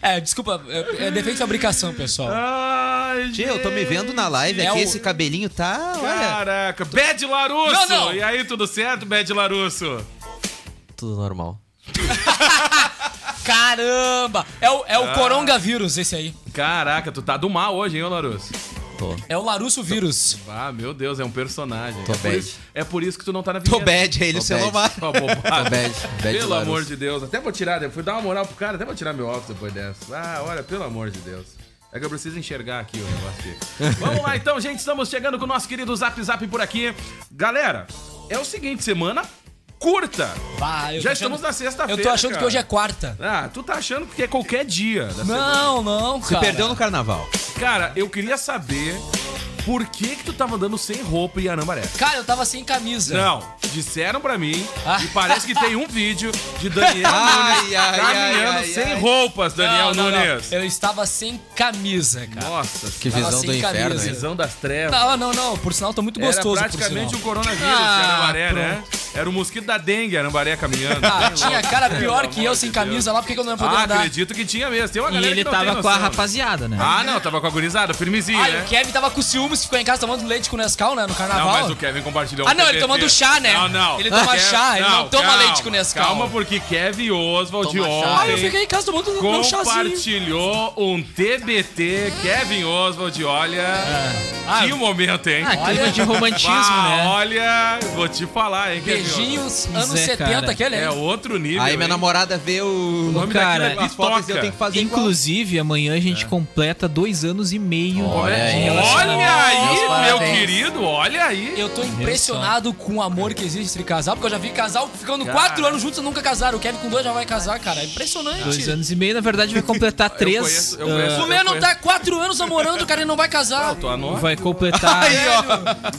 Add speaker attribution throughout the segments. Speaker 1: é, desculpa. É, é defeito de fabricação,
Speaker 2: Ah.
Speaker 1: pessoal.
Speaker 2: Ai,
Speaker 3: Tia, eu tô me vendo na live
Speaker 1: É
Speaker 3: aqui.
Speaker 1: o-
Speaker 3: Esse cabelinho tá. Olha.
Speaker 2: Caraca, Bad Larusso!
Speaker 1: Não, não.
Speaker 2: E aí, tudo certo, Bad Larusso?
Speaker 4: Tudo normal.
Speaker 1: Caramba. É o,
Speaker 2: Ah.
Speaker 1: é o coronavírus esse aí.
Speaker 2: Caraca, tu tá do mal hoje, hein, ô Larusso?
Speaker 4: Tô.
Speaker 1: É o Larusso vírus.
Speaker 2: Ah, meu Deus, é um personagem.
Speaker 4: Tô
Speaker 2: é, por
Speaker 4: bad.
Speaker 2: isso, é por isso que tu não tá na
Speaker 3: Tô
Speaker 2: vinheta.
Speaker 3: bad, ele
Speaker 4: Tô
Speaker 3: selou
Speaker 4: bad.
Speaker 2: Só
Speaker 3: mais.
Speaker 2: é bobagem.
Speaker 4: bad, bad
Speaker 2: pelo
Speaker 4: Larusso.
Speaker 2: amor de Deus. Até vou tirar, eu fui dar uma moral pro cara, até vou tirar meu óculos depois dessa. Ah, olha, pelo amor de Deus. É que eu preciso enxergar aqui o negócio aqui. Vamos lá então, gente. Estamos chegando com o nosso querido Zap Zap por aqui. Galera, é o seguinte, semana curta.
Speaker 1: Bah, eu
Speaker 2: Já
Speaker 1: tô
Speaker 2: estamos
Speaker 1: achando-
Speaker 2: na sexta-feira.
Speaker 1: Eu tô achando que
Speaker 2: cara.
Speaker 1: hoje é quarta.
Speaker 2: Ah, tu tá achando que é qualquer dia da semana.
Speaker 1: Não, não, cara.
Speaker 3: Se perdeu no carnaval.
Speaker 2: Cara, eu queria saber por que que tu tava andando sem roupa em Anambaré.
Speaker 1: Cara, eu tava sem camisa.
Speaker 2: Não, disseram pra mim
Speaker 1: Ah.
Speaker 2: e parece que tem um vídeo de Daniel
Speaker 3: Ai,
Speaker 2: Nunes
Speaker 3: ai,
Speaker 2: caminhando
Speaker 3: ai, ai,
Speaker 2: sem
Speaker 3: ai.
Speaker 2: roupas, Daniel
Speaker 1: Não, não, não.
Speaker 2: Nunes.
Speaker 1: Eu estava sem camisa, cara.
Speaker 2: Nossa, que
Speaker 4: Que
Speaker 1: Tava
Speaker 4: visão
Speaker 1: sem
Speaker 4: do inferno,
Speaker 1: camisa.
Speaker 4: hein?
Speaker 2: visão das trevas.
Speaker 1: Não, não, não. Por sinal, tá muito gostoso.
Speaker 2: Era
Speaker 1: por
Speaker 2: praticamente um o
Speaker 1: sinal.
Speaker 2: coronavírus,
Speaker 1: Ah,
Speaker 2: ah, Arambaré, né? Era o mosquito da dengue, Arambaré caminhando.
Speaker 1: Ah, tinha cara pior
Speaker 2: Pelo
Speaker 1: que eu
Speaker 2: amor
Speaker 1: sem
Speaker 2: de
Speaker 1: camisa lá, por que que eu não ia poder
Speaker 2: Ah,
Speaker 1: andar?
Speaker 2: acredito que tinha mesmo. Tem uma
Speaker 5: e
Speaker 2: galera
Speaker 5: ele
Speaker 2: que não tem
Speaker 5: tava com a
Speaker 2: noção.
Speaker 5: rapaziada, né?
Speaker 2: Ah, não, tava com a gurizada, firmezinho,
Speaker 1: Ah, e
Speaker 2: né?
Speaker 1: o Kevin tava com ciúmes, ficou em casa tomando leite com Nescau, né? No
Speaker 2: Não,
Speaker 1: carnaval.
Speaker 2: mas o Kevin compartilhou
Speaker 1: Ah,
Speaker 2: um
Speaker 1: não, ele
Speaker 2: TBT.
Speaker 1: tomando chá, né?
Speaker 2: Não, não.
Speaker 1: Ele toma chá, ele não toma
Speaker 2: calma,
Speaker 1: leite com Nescau.
Speaker 2: Calma, porque Kevin e Oswald de
Speaker 4: Toma chá.
Speaker 1: Ah, eu
Speaker 2: ontem
Speaker 1: fiquei em casa tomando meu chazinho.
Speaker 2: compartilhou um TBT Kevin Oswald, olha. que momento, hein?
Speaker 5: Ah, clima de romantismo,
Speaker 2: Ah,
Speaker 5: né?
Speaker 2: Olha, vou te falar, hein, Kevin Oswald.
Speaker 1: Beijinhos, anos
Speaker 5: é,
Speaker 1: 70,
Speaker 5: cara.
Speaker 1: aquele, hein?
Speaker 2: É outro nível.
Speaker 3: Aí minha
Speaker 2: hein?
Speaker 3: namorada vê o.
Speaker 2: nome
Speaker 5: Cara,
Speaker 2: daquilo é
Speaker 3: as fotos e eu tenho que fazer igual. É.
Speaker 5: Inclusive, amanhã a gente completa dois anos e meio.
Speaker 4: Olha
Speaker 5: de
Speaker 4: aí.
Speaker 5: relacionamento.
Speaker 2: Olha aí,
Speaker 1: Meus
Speaker 2: meu
Speaker 1: parabéns.
Speaker 2: querido, olha aí.
Speaker 1: Eu tô impressionado com o amor que existe entre casal, porque eu já vi casal ficando
Speaker 2: Cara.
Speaker 1: quatro anos juntos e nunca casaram. O Kevin com dois já vai casar, cara. É impressionante.
Speaker 5: Dois anos e meio, na verdade, vai completar três.
Speaker 2: conheço- eu
Speaker 5: ah,
Speaker 2: conheço-
Speaker 1: O meu não tá quatro anos namorando, cara, ele não vai casar.
Speaker 2: Tô anotando.
Speaker 5: ah, Vai completar.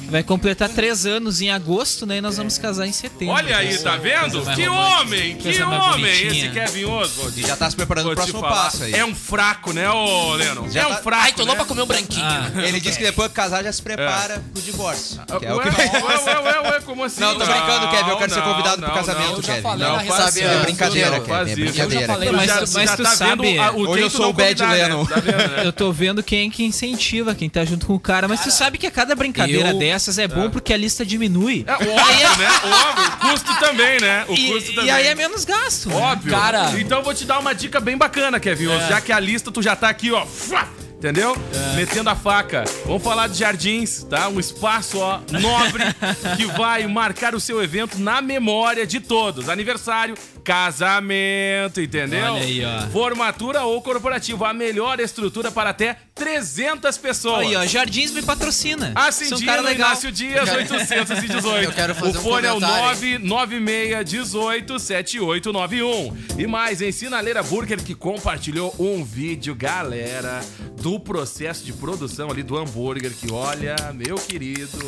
Speaker 5: Vai completar três anos em agosto, né? E nós vamos casar em setembro.
Speaker 2: Olha aí, tá vendo?
Speaker 1: mais
Speaker 2: Que
Speaker 1: romântica.
Speaker 2: homem, que
Speaker 5: Coisa mais
Speaker 2: homem
Speaker 5: bonitinha.
Speaker 2: esse Kevin Oswald.
Speaker 3: E já tá se preparando
Speaker 2: Vou
Speaker 3: pro
Speaker 2: te
Speaker 3: próximo
Speaker 2: falar,
Speaker 3: passo aí.
Speaker 2: É um fraco, né, ô Leno?
Speaker 3: Já
Speaker 2: é um
Speaker 3: tá-
Speaker 2: fraco.
Speaker 1: Ai, tô
Speaker 2: né?
Speaker 1: louco pra comer um branquinho.
Speaker 3: Ele disse que depois que casar já se prepara
Speaker 2: É.
Speaker 3: pro divórcio. Que é o
Speaker 2: Ué,
Speaker 3: que
Speaker 2: ué, ué, ué, ué, como assim?
Speaker 3: Não, tô brincando, Kevin. Eu quero ser
Speaker 2: não,
Speaker 3: convidado pro
Speaker 2: não,
Speaker 3: casamento,
Speaker 2: não.
Speaker 1: já
Speaker 3: Kevin.
Speaker 1: falei na
Speaker 3: não,
Speaker 1: redação.
Speaker 3: sabe, é brincadeira,
Speaker 2: Não
Speaker 3: Kevin.
Speaker 2: faz
Speaker 3: É
Speaker 2: isso.
Speaker 3: brincadeira.
Speaker 1: Eu já falei,
Speaker 2: Tu
Speaker 5: mas
Speaker 2: já,
Speaker 5: tu-
Speaker 2: tu
Speaker 5: mas
Speaker 2: já
Speaker 5: tu
Speaker 2: tá
Speaker 5: sabe-
Speaker 2: vendo a- o
Speaker 3: Hoje eu
Speaker 2: jeito
Speaker 3: sou
Speaker 2: do
Speaker 3: o Bad
Speaker 2: convidado,
Speaker 3: Lennon.
Speaker 2: né? Tá vendo, né?
Speaker 5: Eu tô vendo quem é que incentiva, quem tá junto com o cara. Mas tu sabe que a cada brincadeira
Speaker 1: Eu-
Speaker 5: dessas é bom porque a lista diminui.
Speaker 2: Ah. É óbvio, né? Óbvio. O custo também, né? O custo
Speaker 5: E,
Speaker 2: também.
Speaker 5: e aí é menos gasto. né?
Speaker 2: Óbvio.
Speaker 1: Cara.
Speaker 2: Então eu vou te dar uma dica bem bacana, Kevin.
Speaker 5: É.
Speaker 2: Já que a lista tu já tá aqui, ó. fuá, Entendeu? Metendo a faca. Vamos falar de jardins, tá? Um espaço, ó, nobre, que vai marcar o seu evento na memória de todos. Aniversário, casamento, entendeu?
Speaker 5: Olha aí, ó.
Speaker 2: Formatura ou corporativo. A melhor estrutura para até 300 pessoas.
Speaker 5: Aí, ó, Jardins me patrocina. Sou um
Speaker 2: Acendia
Speaker 5: cara
Speaker 2: no
Speaker 5: legal.
Speaker 2: Inácio Dias, 818.
Speaker 4: Eu quero fazer
Speaker 2: o
Speaker 4: um
Speaker 2: fone é o
Speaker 4: comentário,
Speaker 2: 996187891. E mais, em Sinaleira Burger, que compartilhou um vídeo, galera, do processo de produção ali do hambúrguer, que olha, meu querido...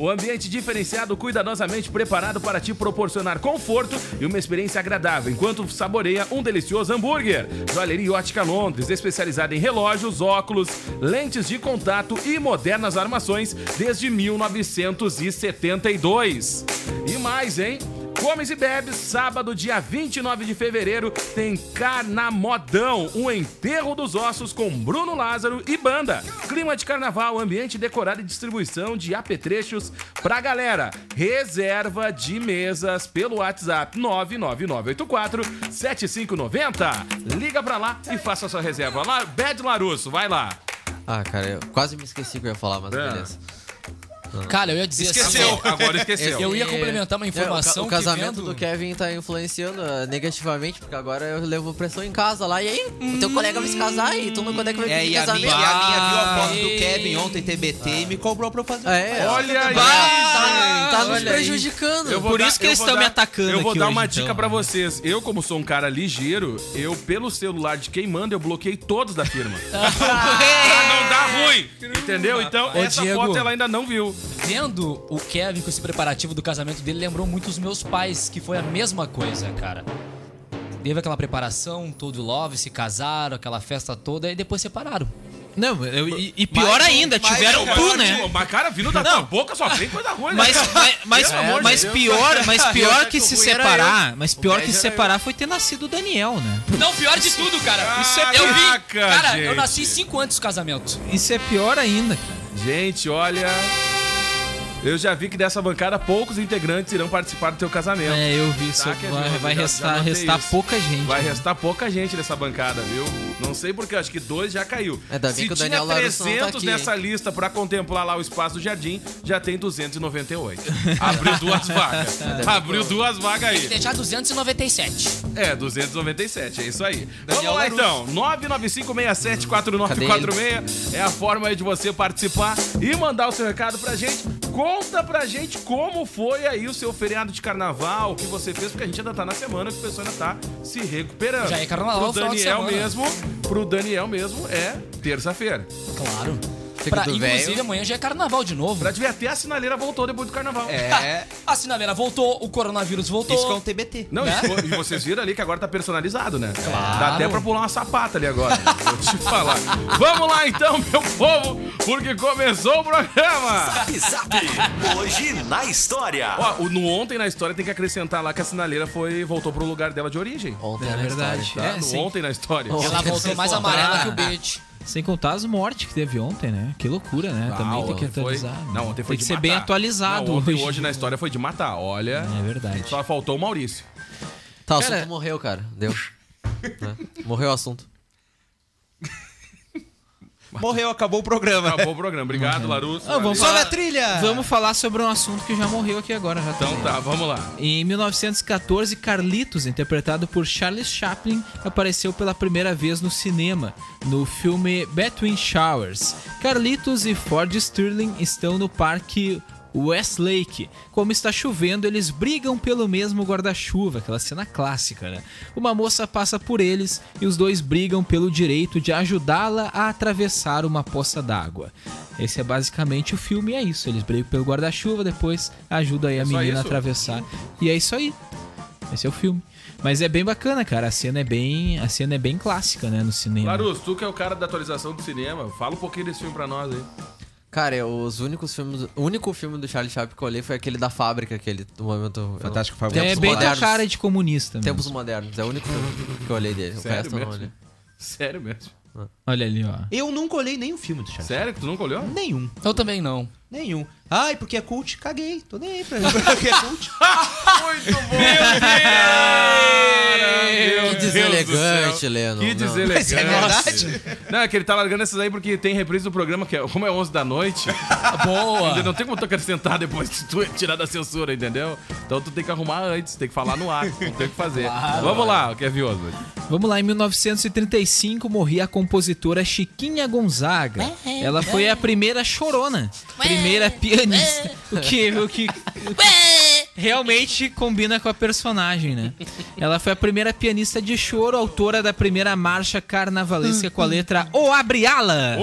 Speaker 2: O ambiente diferenciado, cuidadosamente preparado para te proporcionar conforto e uma experiência agradável, enquanto saboreia um delicioso hambúrguer. Joalheria Ótica Londres, especializada em relógios, óculos, lentes de contato e modernas armações desde 1972. E mais, hein? Comes e bebes, sábado, dia 29 de fevereiro, tem Carnamodão, o enterro dos ossos com Bruno Lázaro e banda. Clima de carnaval, ambiente decorado e distribuição de apetrechos pra galera. Reserva de mesas pelo WhatsApp 99984 7590. Liga pra lá e faça sua reserva. Lá, Bad Larusso, vai lá.
Speaker 4: Ah, cara, eu quase me esqueci o que eu ia falar, mas
Speaker 2: É.
Speaker 4: beleza.
Speaker 1: Cara, eu ia dizer assim.
Speaker 2: Agora esqueceu.
Speaker 1: Eu ia complementar uma
Speaker 4: É,
Speaker 1: informação
Speaker 4: o,
Speaker 1: que
Speaker 4: ca- o casamento
Speaker 1: vendo-
Speaker 4: do Kevin tá influenciando ah, negativamente, porque agora eu levo pressão em casa lá. E aí, o teu colega vai se casar e tu não colega vai
Speaker 3: É,
Speaker 4: pedir
Speaker 3: e a,
Speaker 4: casamento.
Speaker 3: minha, e a minha viu a foto do
Speaker 2: Ah.
Speaker 1: Ai.
Speaker 3: Kevin ontem, TBT, e me cobrou pra eu fazer.
Speaker 4: Ah, é, ó.
Speaker 2: Olha aí.
Speaker 4: Tá, tá nos
Speaker 5: Olha aí.
Speaker 4: prejudicando.
Speaker 2: Eu vou
Speaker 5: Por
Speaker 2: dar-
Speaker 5: isso que
Speaker 2: eu
Speaker 5: eles
Speaker 2: vou
Speaker 5: estão
Speaker 2: dar-
Speaker 5: me atacando
Speaker 2: Eu vou
Speaker 5: aqui
Speaker 2: dar
Speaker 5: hoje,
Speaker 2: uma
Speaker 5: então.
Speaker 2: dica pra vocês. Eu, como sou um cara ligeiro, eu, pelo celular de quem manda, eu bloqueei todos da firma. pra não dar ruim. Entendeu? Então,
Speaker 1: Ô,
Speaker 2: essa
Speaker 1: Diego.
Speaker 2: foto ela ainda não viu.
Speaker 1: Vendo o Kevin com esse preparativo do casamento dele, lembrou muito os meus pais, que foi a mesma coisa, cara. Teve aquela preparação, todo love, se casaram, aquela festa toda, e depois separaram.
Speaker 5: Não, eu- e, e pior
Speaker 3: Mais um-
Speaker 5: ainda,
Speaker 3: mais
Speaker 5: tiveram
Speaker 3: um,
Speaker 5: tu, né?
Speaker 2: Mas, cara, vindo da tua boca só vem coisa ruim, né?
Speaker 5: Mas, mas, mas,
Speaker 2: Pelo amor de
Speaker 5: mas
Speaker 2: Deus. é
Speaker 5: pior, mas pior que se
Speaker 4: ruim era
Speaker 5: separar, mas pior que
Speaker 4: bad
Speaker 5: se
Speaker 4: era
Speaker 5: separar foi ter nascido o Daniel, né?
Speaker 1: Não, pior de tudo, cara.
Speaker 2: Isso é
Speaker 1: eu vi.
Speaker 2: caraca,
Speaker 1: Cara, eu
Speaker 2: gente.
Speaker 1: nasci cinco antes do casamento.
Speaker 5: Isso é pior ainda, cara.
Speaker 2: Gente, olha. Eu já vi que dessa bancada poucos integrantes irão participar do teu casamento.
Speaker 5: É, eu vi isso.
Speaker 2: Tá, Kevin,
Speaker 5: vai
Speaker 2: eu
Speaker 5: vai
Speaker 2: já- já
Speaker 5: restar,
Speaker 2: notei
Speaker 5: restar
Speaker 2: isso.
Speaker 5: pouca gente.
Speaker 2: Vai restar pouca gente nessa bancada, viu? Não sei porque, acho que dois já caiu.
Speaker 4: Ainda bem
Speaker 2: Se
Speaker 4: É, que o
Speaker 2: tinha
Speaker 4: Daniel Larusso não tá
Speaker 2: 300
Speaker 4: aqui,
Speaker 2: nessa lista pra contemplar lá o espaço do jardim, já tem 298. Abriu duas
Speaker 4: É,
Speaker 2: vagas. Abriu duas vagas aí.
Speaker 1: Deixar 297.
Speaker 2: É, 297, é isso aí.
Speaker 3: Daniel
Speaker 2: Vamos lá então, 995674946 é a forma aí de você participar e mandar o seu recado pra gente. Conta pra gente como foi aí o seu feriado de carnaval, o que você fez, porque a gente ainda tá na semana, que o pessoal ainda tá se recuperando.
Speaker 1: Já é carnaval,
Speaker 2: pro
Speaker 1: final de
Speaker 2: Daniel
Speaker 1: semana.
Speaker 2: mesmo, pro Daniel mesmo é terça-feira.
Speaker 1: Claro.
Speaker 4: Fica
Speaker 1: Pra,
Speaker 4: do
Speaker 1: inclusive,
Speaker 4: velho.
Speaker 1: amanhã já é carnaval de novo.
Speaker 2: Pra te ver, até a sinaleira voltou depois do carnaval.
Speaker 3: É,
Speaker 1: A sinaleira voltou, o coronavírus voltou.
Speaker 3: isso que é um TBT.
Speaker 2: Não,
Speaker 5: Né?
Speaker 2: e vo- e vocês viram ali que agora tá personalizado, né? Dá até pra pular uma sapata ali agora. né? Vou te falar. Vamos lá então, meu povo, porque começou o programa.
Speaker 6: Zap Zap. Hoje na história.
Speaker 2: Ó, o- no ontem na história tem que acrescentar lá que a sinaleira foi voltou pro lugar dela de origem.
Speaker 4: Ontem
Speaker 5: É
Speaker 4: na
Speaker 5: verdade.
Speaker 4: história,
Speaker 2: Tá?
Speaker 5: É,
Speaker 2: no
Speaker 5: sem,
Speaker 2: ontem na história.
Speaker 1: Ela voltou mais amarela que o Bete.
Speaker 5: sem contar as mortes que teve ontem, né? Que loucura, né?
Speaker 2: Ah,
Speaker 5: Também tem que
Speaker 2: ontem foi-
Speaker 5: atualizar. né?
Speaker 2: Não, ontem foi
Speaker 5: Tem que
Speaker 2: de
Speaker 5: ser
Speaker 2: matar.
Speaker 5: bem atualizado
Speaker 2: Não, é ontem,
Speaker 5: hoje.
Speaker 2: hoje na história foi de matar, olha.
Speaker 5: É verdade.
Speaker 2: Só faltou o Maurício.
Speaker 4: Tá, o
Speaker 5: Cara-
Speaker 4: assunto morreu, cara. Deu. Né? Morreu o assunto.
Speaker 3: Morreu, acabou o programa.
Speaker 2: Acabou o programa. Obrigado, Larusso.
Speaker 5: Ah, vamos
Speaker 3: Sobe
Speaker 5: falar-
Speaker 3: a trilha!
Speaker 5: Vamos falar sobre um assunto que já morreu aqui agora, já
Speaker 2: Então tá, vamos lá.
Speaker 5: Em 1914, Carlitos, interpretado por Charles Chaplin, apareceu pela primeira vez no cinema, no filme Between Showers. Carlitos e Ford Sterling estão no parque Westlake. Como está chovendo, eles brigam pelo mesmo guarda-chuva, aquela cena clássica, né? Uma moça passa por eles e os dois brigam pelo direito de ajudá-la a atravessar uma poça d'água. Esse é basicamente o filme, é isso. Eles brigam pelo guarda-chuva, depois ajuda aí a
Speaker 2: É só
Speaker 5: menina a
Speaker 2: isso?
Speaker 5: atravessar. E é isso aí. Esse é o filme. Mas é bem bacana, cara. A cena é bem, a cena é bem clássica, né, no cinema.
Speaker 2: Larusso, tu que é o cara da atualização do cinema, fala um pouquinho desse filme pra nós aí.
Speaker 4: Cara, eu- os únicos filmes. O único filme do Charlie Chaplin que eu olhei foi aquele da fábrica, aquele do momento.
Speaker 3: Fantástico
Speaker 4: Tempos
Speaker 3: Fábrica
Speaker 5: É bem da
Speaker 4: modernos.
Speaker 5: cara de comunista. né? mesmo.
Speaker 4: Tempos modernos, é o único filme que eu olhei dele. O
Speaker 2: Sério
Speaker 4: resto eu não
Speaker 2: mesmo?
Speaker 4: olhei.
Speaker 2: Sério mesmo.
Speaker 5: Olha ali, ó.
Speaker 3: Eu nunca olhei nenhum filme do Charlie
Speaker 2: Sério que tu nunca olhou?
Speaker 3: Chaplin. Nenhum,
Speaker 1: Eu também não.
Speaker 3: nenhum. Ai, porque é cult, caguei. Tô nem aí pra porque é cult.
Speaker 2: Muito bom! Meu
Speaker 1: Que
Speaker 2: Deus do
Speaker 1: deselegante,
Speaker 2: céu.
Speaker 1: Leno.
Speaker 2: Que
Speaker 1: Não.
Speaker 2: deselegante.
Speaker 3: é verdade?
Speaker 2: Não, é que ele tá largando essas aí porque tem reprise do programa, que é, como é 11 da noite,
Speaker 1: Boa!
Speaker 2: não tem como tu acrescentar depois se tu tirar da censura, entendeu? Então tu tem que arrumar antes, tem que falar no ar, não tem o que fazer. Vamos lá, o que é vioso.
Speaker 5: Vamos lá, em 1935 morria a compositora Chiquinha Gonzaga. Ela foi a primeira chorona, primeira pianista. O que, o que o que realmente combina com a personagem, né? Ela foi a primeira pianista de choro, autora da primeira marcha carnavalesca com a letra O Abre Alas.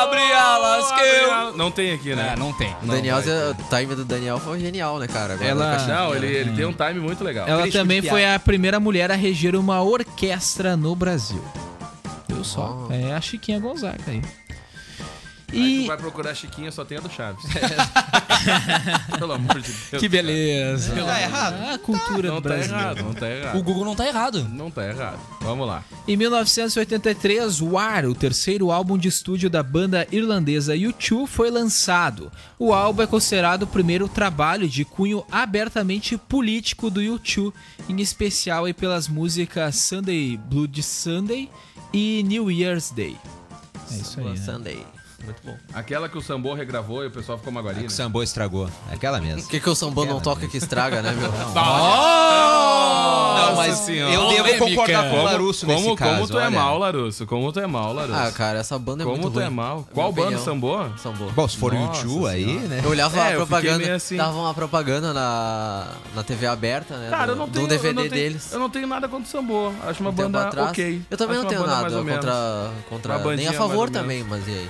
Speaker 1: abre alas que eu...
Speaker 2: Não tem aqui, né?
Speaker 1: É, não tem.
Speaker 4: O Daniel, o time do Daniel foi genial, né, cara? Agora
Speaker 5: Ela-
Speaker 4: eu acho-
Speaker 2: Não, ele, ele tem um time muito legal.
Speaker 5: Ela
Speaker 3: Trecho de
Speaker 5: também
Speaker 3: piada.
Speaker 5: foi a primeira mulher a reger uma orquestra no Brasil. Viu só? É a Chiquinha Gonzaga
Speaker 2: Aí
Speaker 5: aí. E
Speaker 2: Oh. tu vai procurar a Chiquinha, só tem a do Chaves. Pelo amor de Deus.
Speaker 5: Que beleza.
Speaker 3: Tá errado?
Speaker 5: Ah, A cultura
Speaker 2: Não
Speaker 5: do
Speaker 2: tá
Speaker 5: Brasil.
Speaker 2: errado, não tá errado.
Speaker 1: O Google não tá errado.
Speaker 2: Não tá errado. Vamos lá.
Speaker 5: Em 1983, War, o terceiro álbum de estúdio da banda irlandesa U2, foi lançado. O álbum é considerado o primeiro trabalho de cunho abertamente político do U2, em especial aí pelas músicas Sunday Blood Sunday e New Year's Day. É isso aí. Né?
Speaker 4: assim, Sunday. Muito bom.
Speaker 2: Aquela que o Sambor regravou e o pessoal ficou maguari, né?
Speaker 3: O Sambô estragou. É Aquela
Speaker 4: O
Speaker 3: mesmo.
Speaker 4: que, que o sambô não toca que estraga, né, meu? Não.
Speaker 3: Não, mas eu devo concordar com o Larusso
Speaker 2: como,
Speaker 3: nesse caso.
Speaker 2: Como tu é
Speaker 3: olha.
Speaker 2: mal, Larusso. Como tu é mal, Larusso.
Speaker 4: Ah, cara, essa banda é
Speaker 2: como
Speaker 4: muito
Speaker 2: tu
Speaker 4: ruim.
Speaker 2: é mal. Qual
Speaker 4: Minha
Speaker 2: banda,
Speaker 4: opinião.
Speaker 2: Sambor?
Speaker 4: Sambô.
Speaker 3: Bom, se for o
Speaker 2: Nossa
Speaker 3: YouTube aí, né?
Speaker 4: Eu olhava
Speaker 2: É,
Speaker 4: a
Speaker 2: eu fiquei meio
Speaker 4: propaganda,
Speaker 2: assim.
Speaker 4: dava uma propaganda na, na TV aberta, né?
Speaker 2: Cara,
Speaker 4: do,
Speaker 2: eu não
Speaker 4: de
Speaker 2: tenho...
Speaker 4: um DVD
Speaker 2: eu não tenho,
Speaker 4: deles.
Speaker 2: Eu não tenho nada contra o Sambor. Acho uma
Speaker 4: um tempo
Speaker 2: banda
Speaker 4: atrás.
Speaker 2: ok.
Speaker 4: Eu também
Speaker 2: Acho
Speaker 4: não
Speaker 2: uma
Speaker 4: tenho
Speaker 2: banda mais
Speaker 4: nada
Speaker 2: ou menos.
Speaker 4: contra.
Speaker 2: Uma
Speaker 4: contra nem
Speaker 2: bandinha
Speaker 4: a
Speaker 2: mais ou
Speaker 4: favor
Speaker 2: menos.
Speaker 4: também, mas e aí?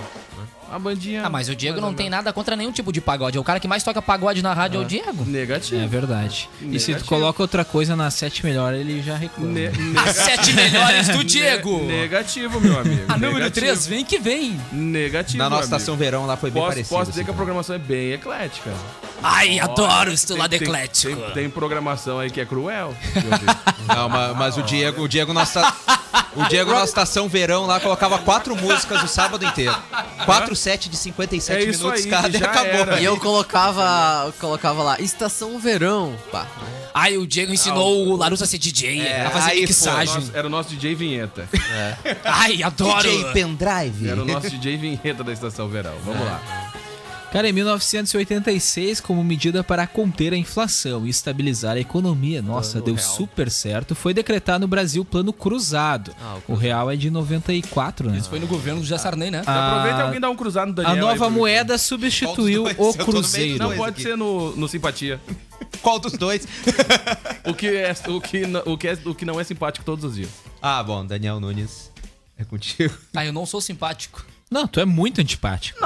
Speaker 2: A bandinha...
Speaker 1: Ah, mas o Diego
Speaker 2: mais
Speaker 1: não
Speaker 2: ou
Speaker 1: tem
Speaker 2: menos.
Speaker 1: nada contra nenhum tipo de pagode. É o cara que mais toca pagode na rádio é o Diego.
Speaker 5: É
Speaker 2: Negativo.
Speaker 5: verdade. E se tu
Speaker 2: Negativo.
Speaker 5: coloca outra coisa na sete melhor, ele já reclama.
Speaker 2: Ne-
Speaker 1: As sete melhores do Diego.
Speaker 2: ne- negativo, meu amigo.
Speaker 1: A Ah, número
Speaker 2: Negativo.
Speaker 1: 3 vem que vem.
Speaker 2: Negativo,
Speaker 3: Na nossa
Speaker 2: meu amigo.
Speaker 3: estação verão lá foi bem
Speaker 2: Posso,
Speaker 3: parecido.
Speaker 2: posso dizer
Speaker 3: assim,
Speaker 2: que a
Speaker 3: cara.
Speaker 2: programação é bem eclética.
Speaker 1: Ai, adoro esse
Speaker 2: Tem-
Speaker 1: lado
Speaker 2: tem-
Speaker 1: eclético.
Speaker 2: Tem, tem programação aí que é cruel. meu amigo.
Speaker 3: Não, ma- mas, o Diego, o Diego nossa o Diego na estação verão lá colocava quatro músicas o sábado inteiro. Quatro sets de 57
Speaker 2: É isso
Speaker 3: minutos
Speaker 2: aí,
Speaker 3: cada e
Speaker 2: já
Speaker 3: acabou.
Speaker 2: era.
Speaker 4: E eu colocava, eu colocava lá, Estação Verão. Pá.
Speaker 1: Ai, o Diego ensinou o Larusso a ser DJ, a fazer
Speaker 3: aí,
Speaker 1: mixagem.
Speaker 2: Nossa, era o nosso DJ Vinheta.
Speaker 1: Ai, adoro.
Speaker 3: DJ Pendrive.
Speaker 2: Era o nosso DJ Vinheta da Estação Verão. Vamos lá.
Speaker 5: Cara, em 1986, como medida para conter a inflação e estabilizar a economia, nossa, deu super certo, foi decretado no Brasil o plano cruzado. o, real é de 94, né?
Speaker 1: Isso foi no governo do José Sarney, né?
Speaker 3: Ah.
Speaker 2: Aproveita e alguém dá um cruzado no
Speaker 5: A
Speaker 2: Daniel. aí,
Speaker 5: nova
Speaker 2: por-
Speaker 5: moeda substituiu o
Speaker 3: Qual dos dois? Eu tô no meio dos
Speaker 5: cruzeiro.
Speaker 2: Não pode ser no, no Simpatia.
Speaker 3: Qual dos dois?
Speaker 2: O que, é, o, que, n- o, que é, o que não é simpático todos os dias.
Speaker 3: ah, bom, Daniel Nunes. É contigo.
Speaker 1: Ah, eu não sou simpático.
Speaker 5: Não, tu é muito antipático.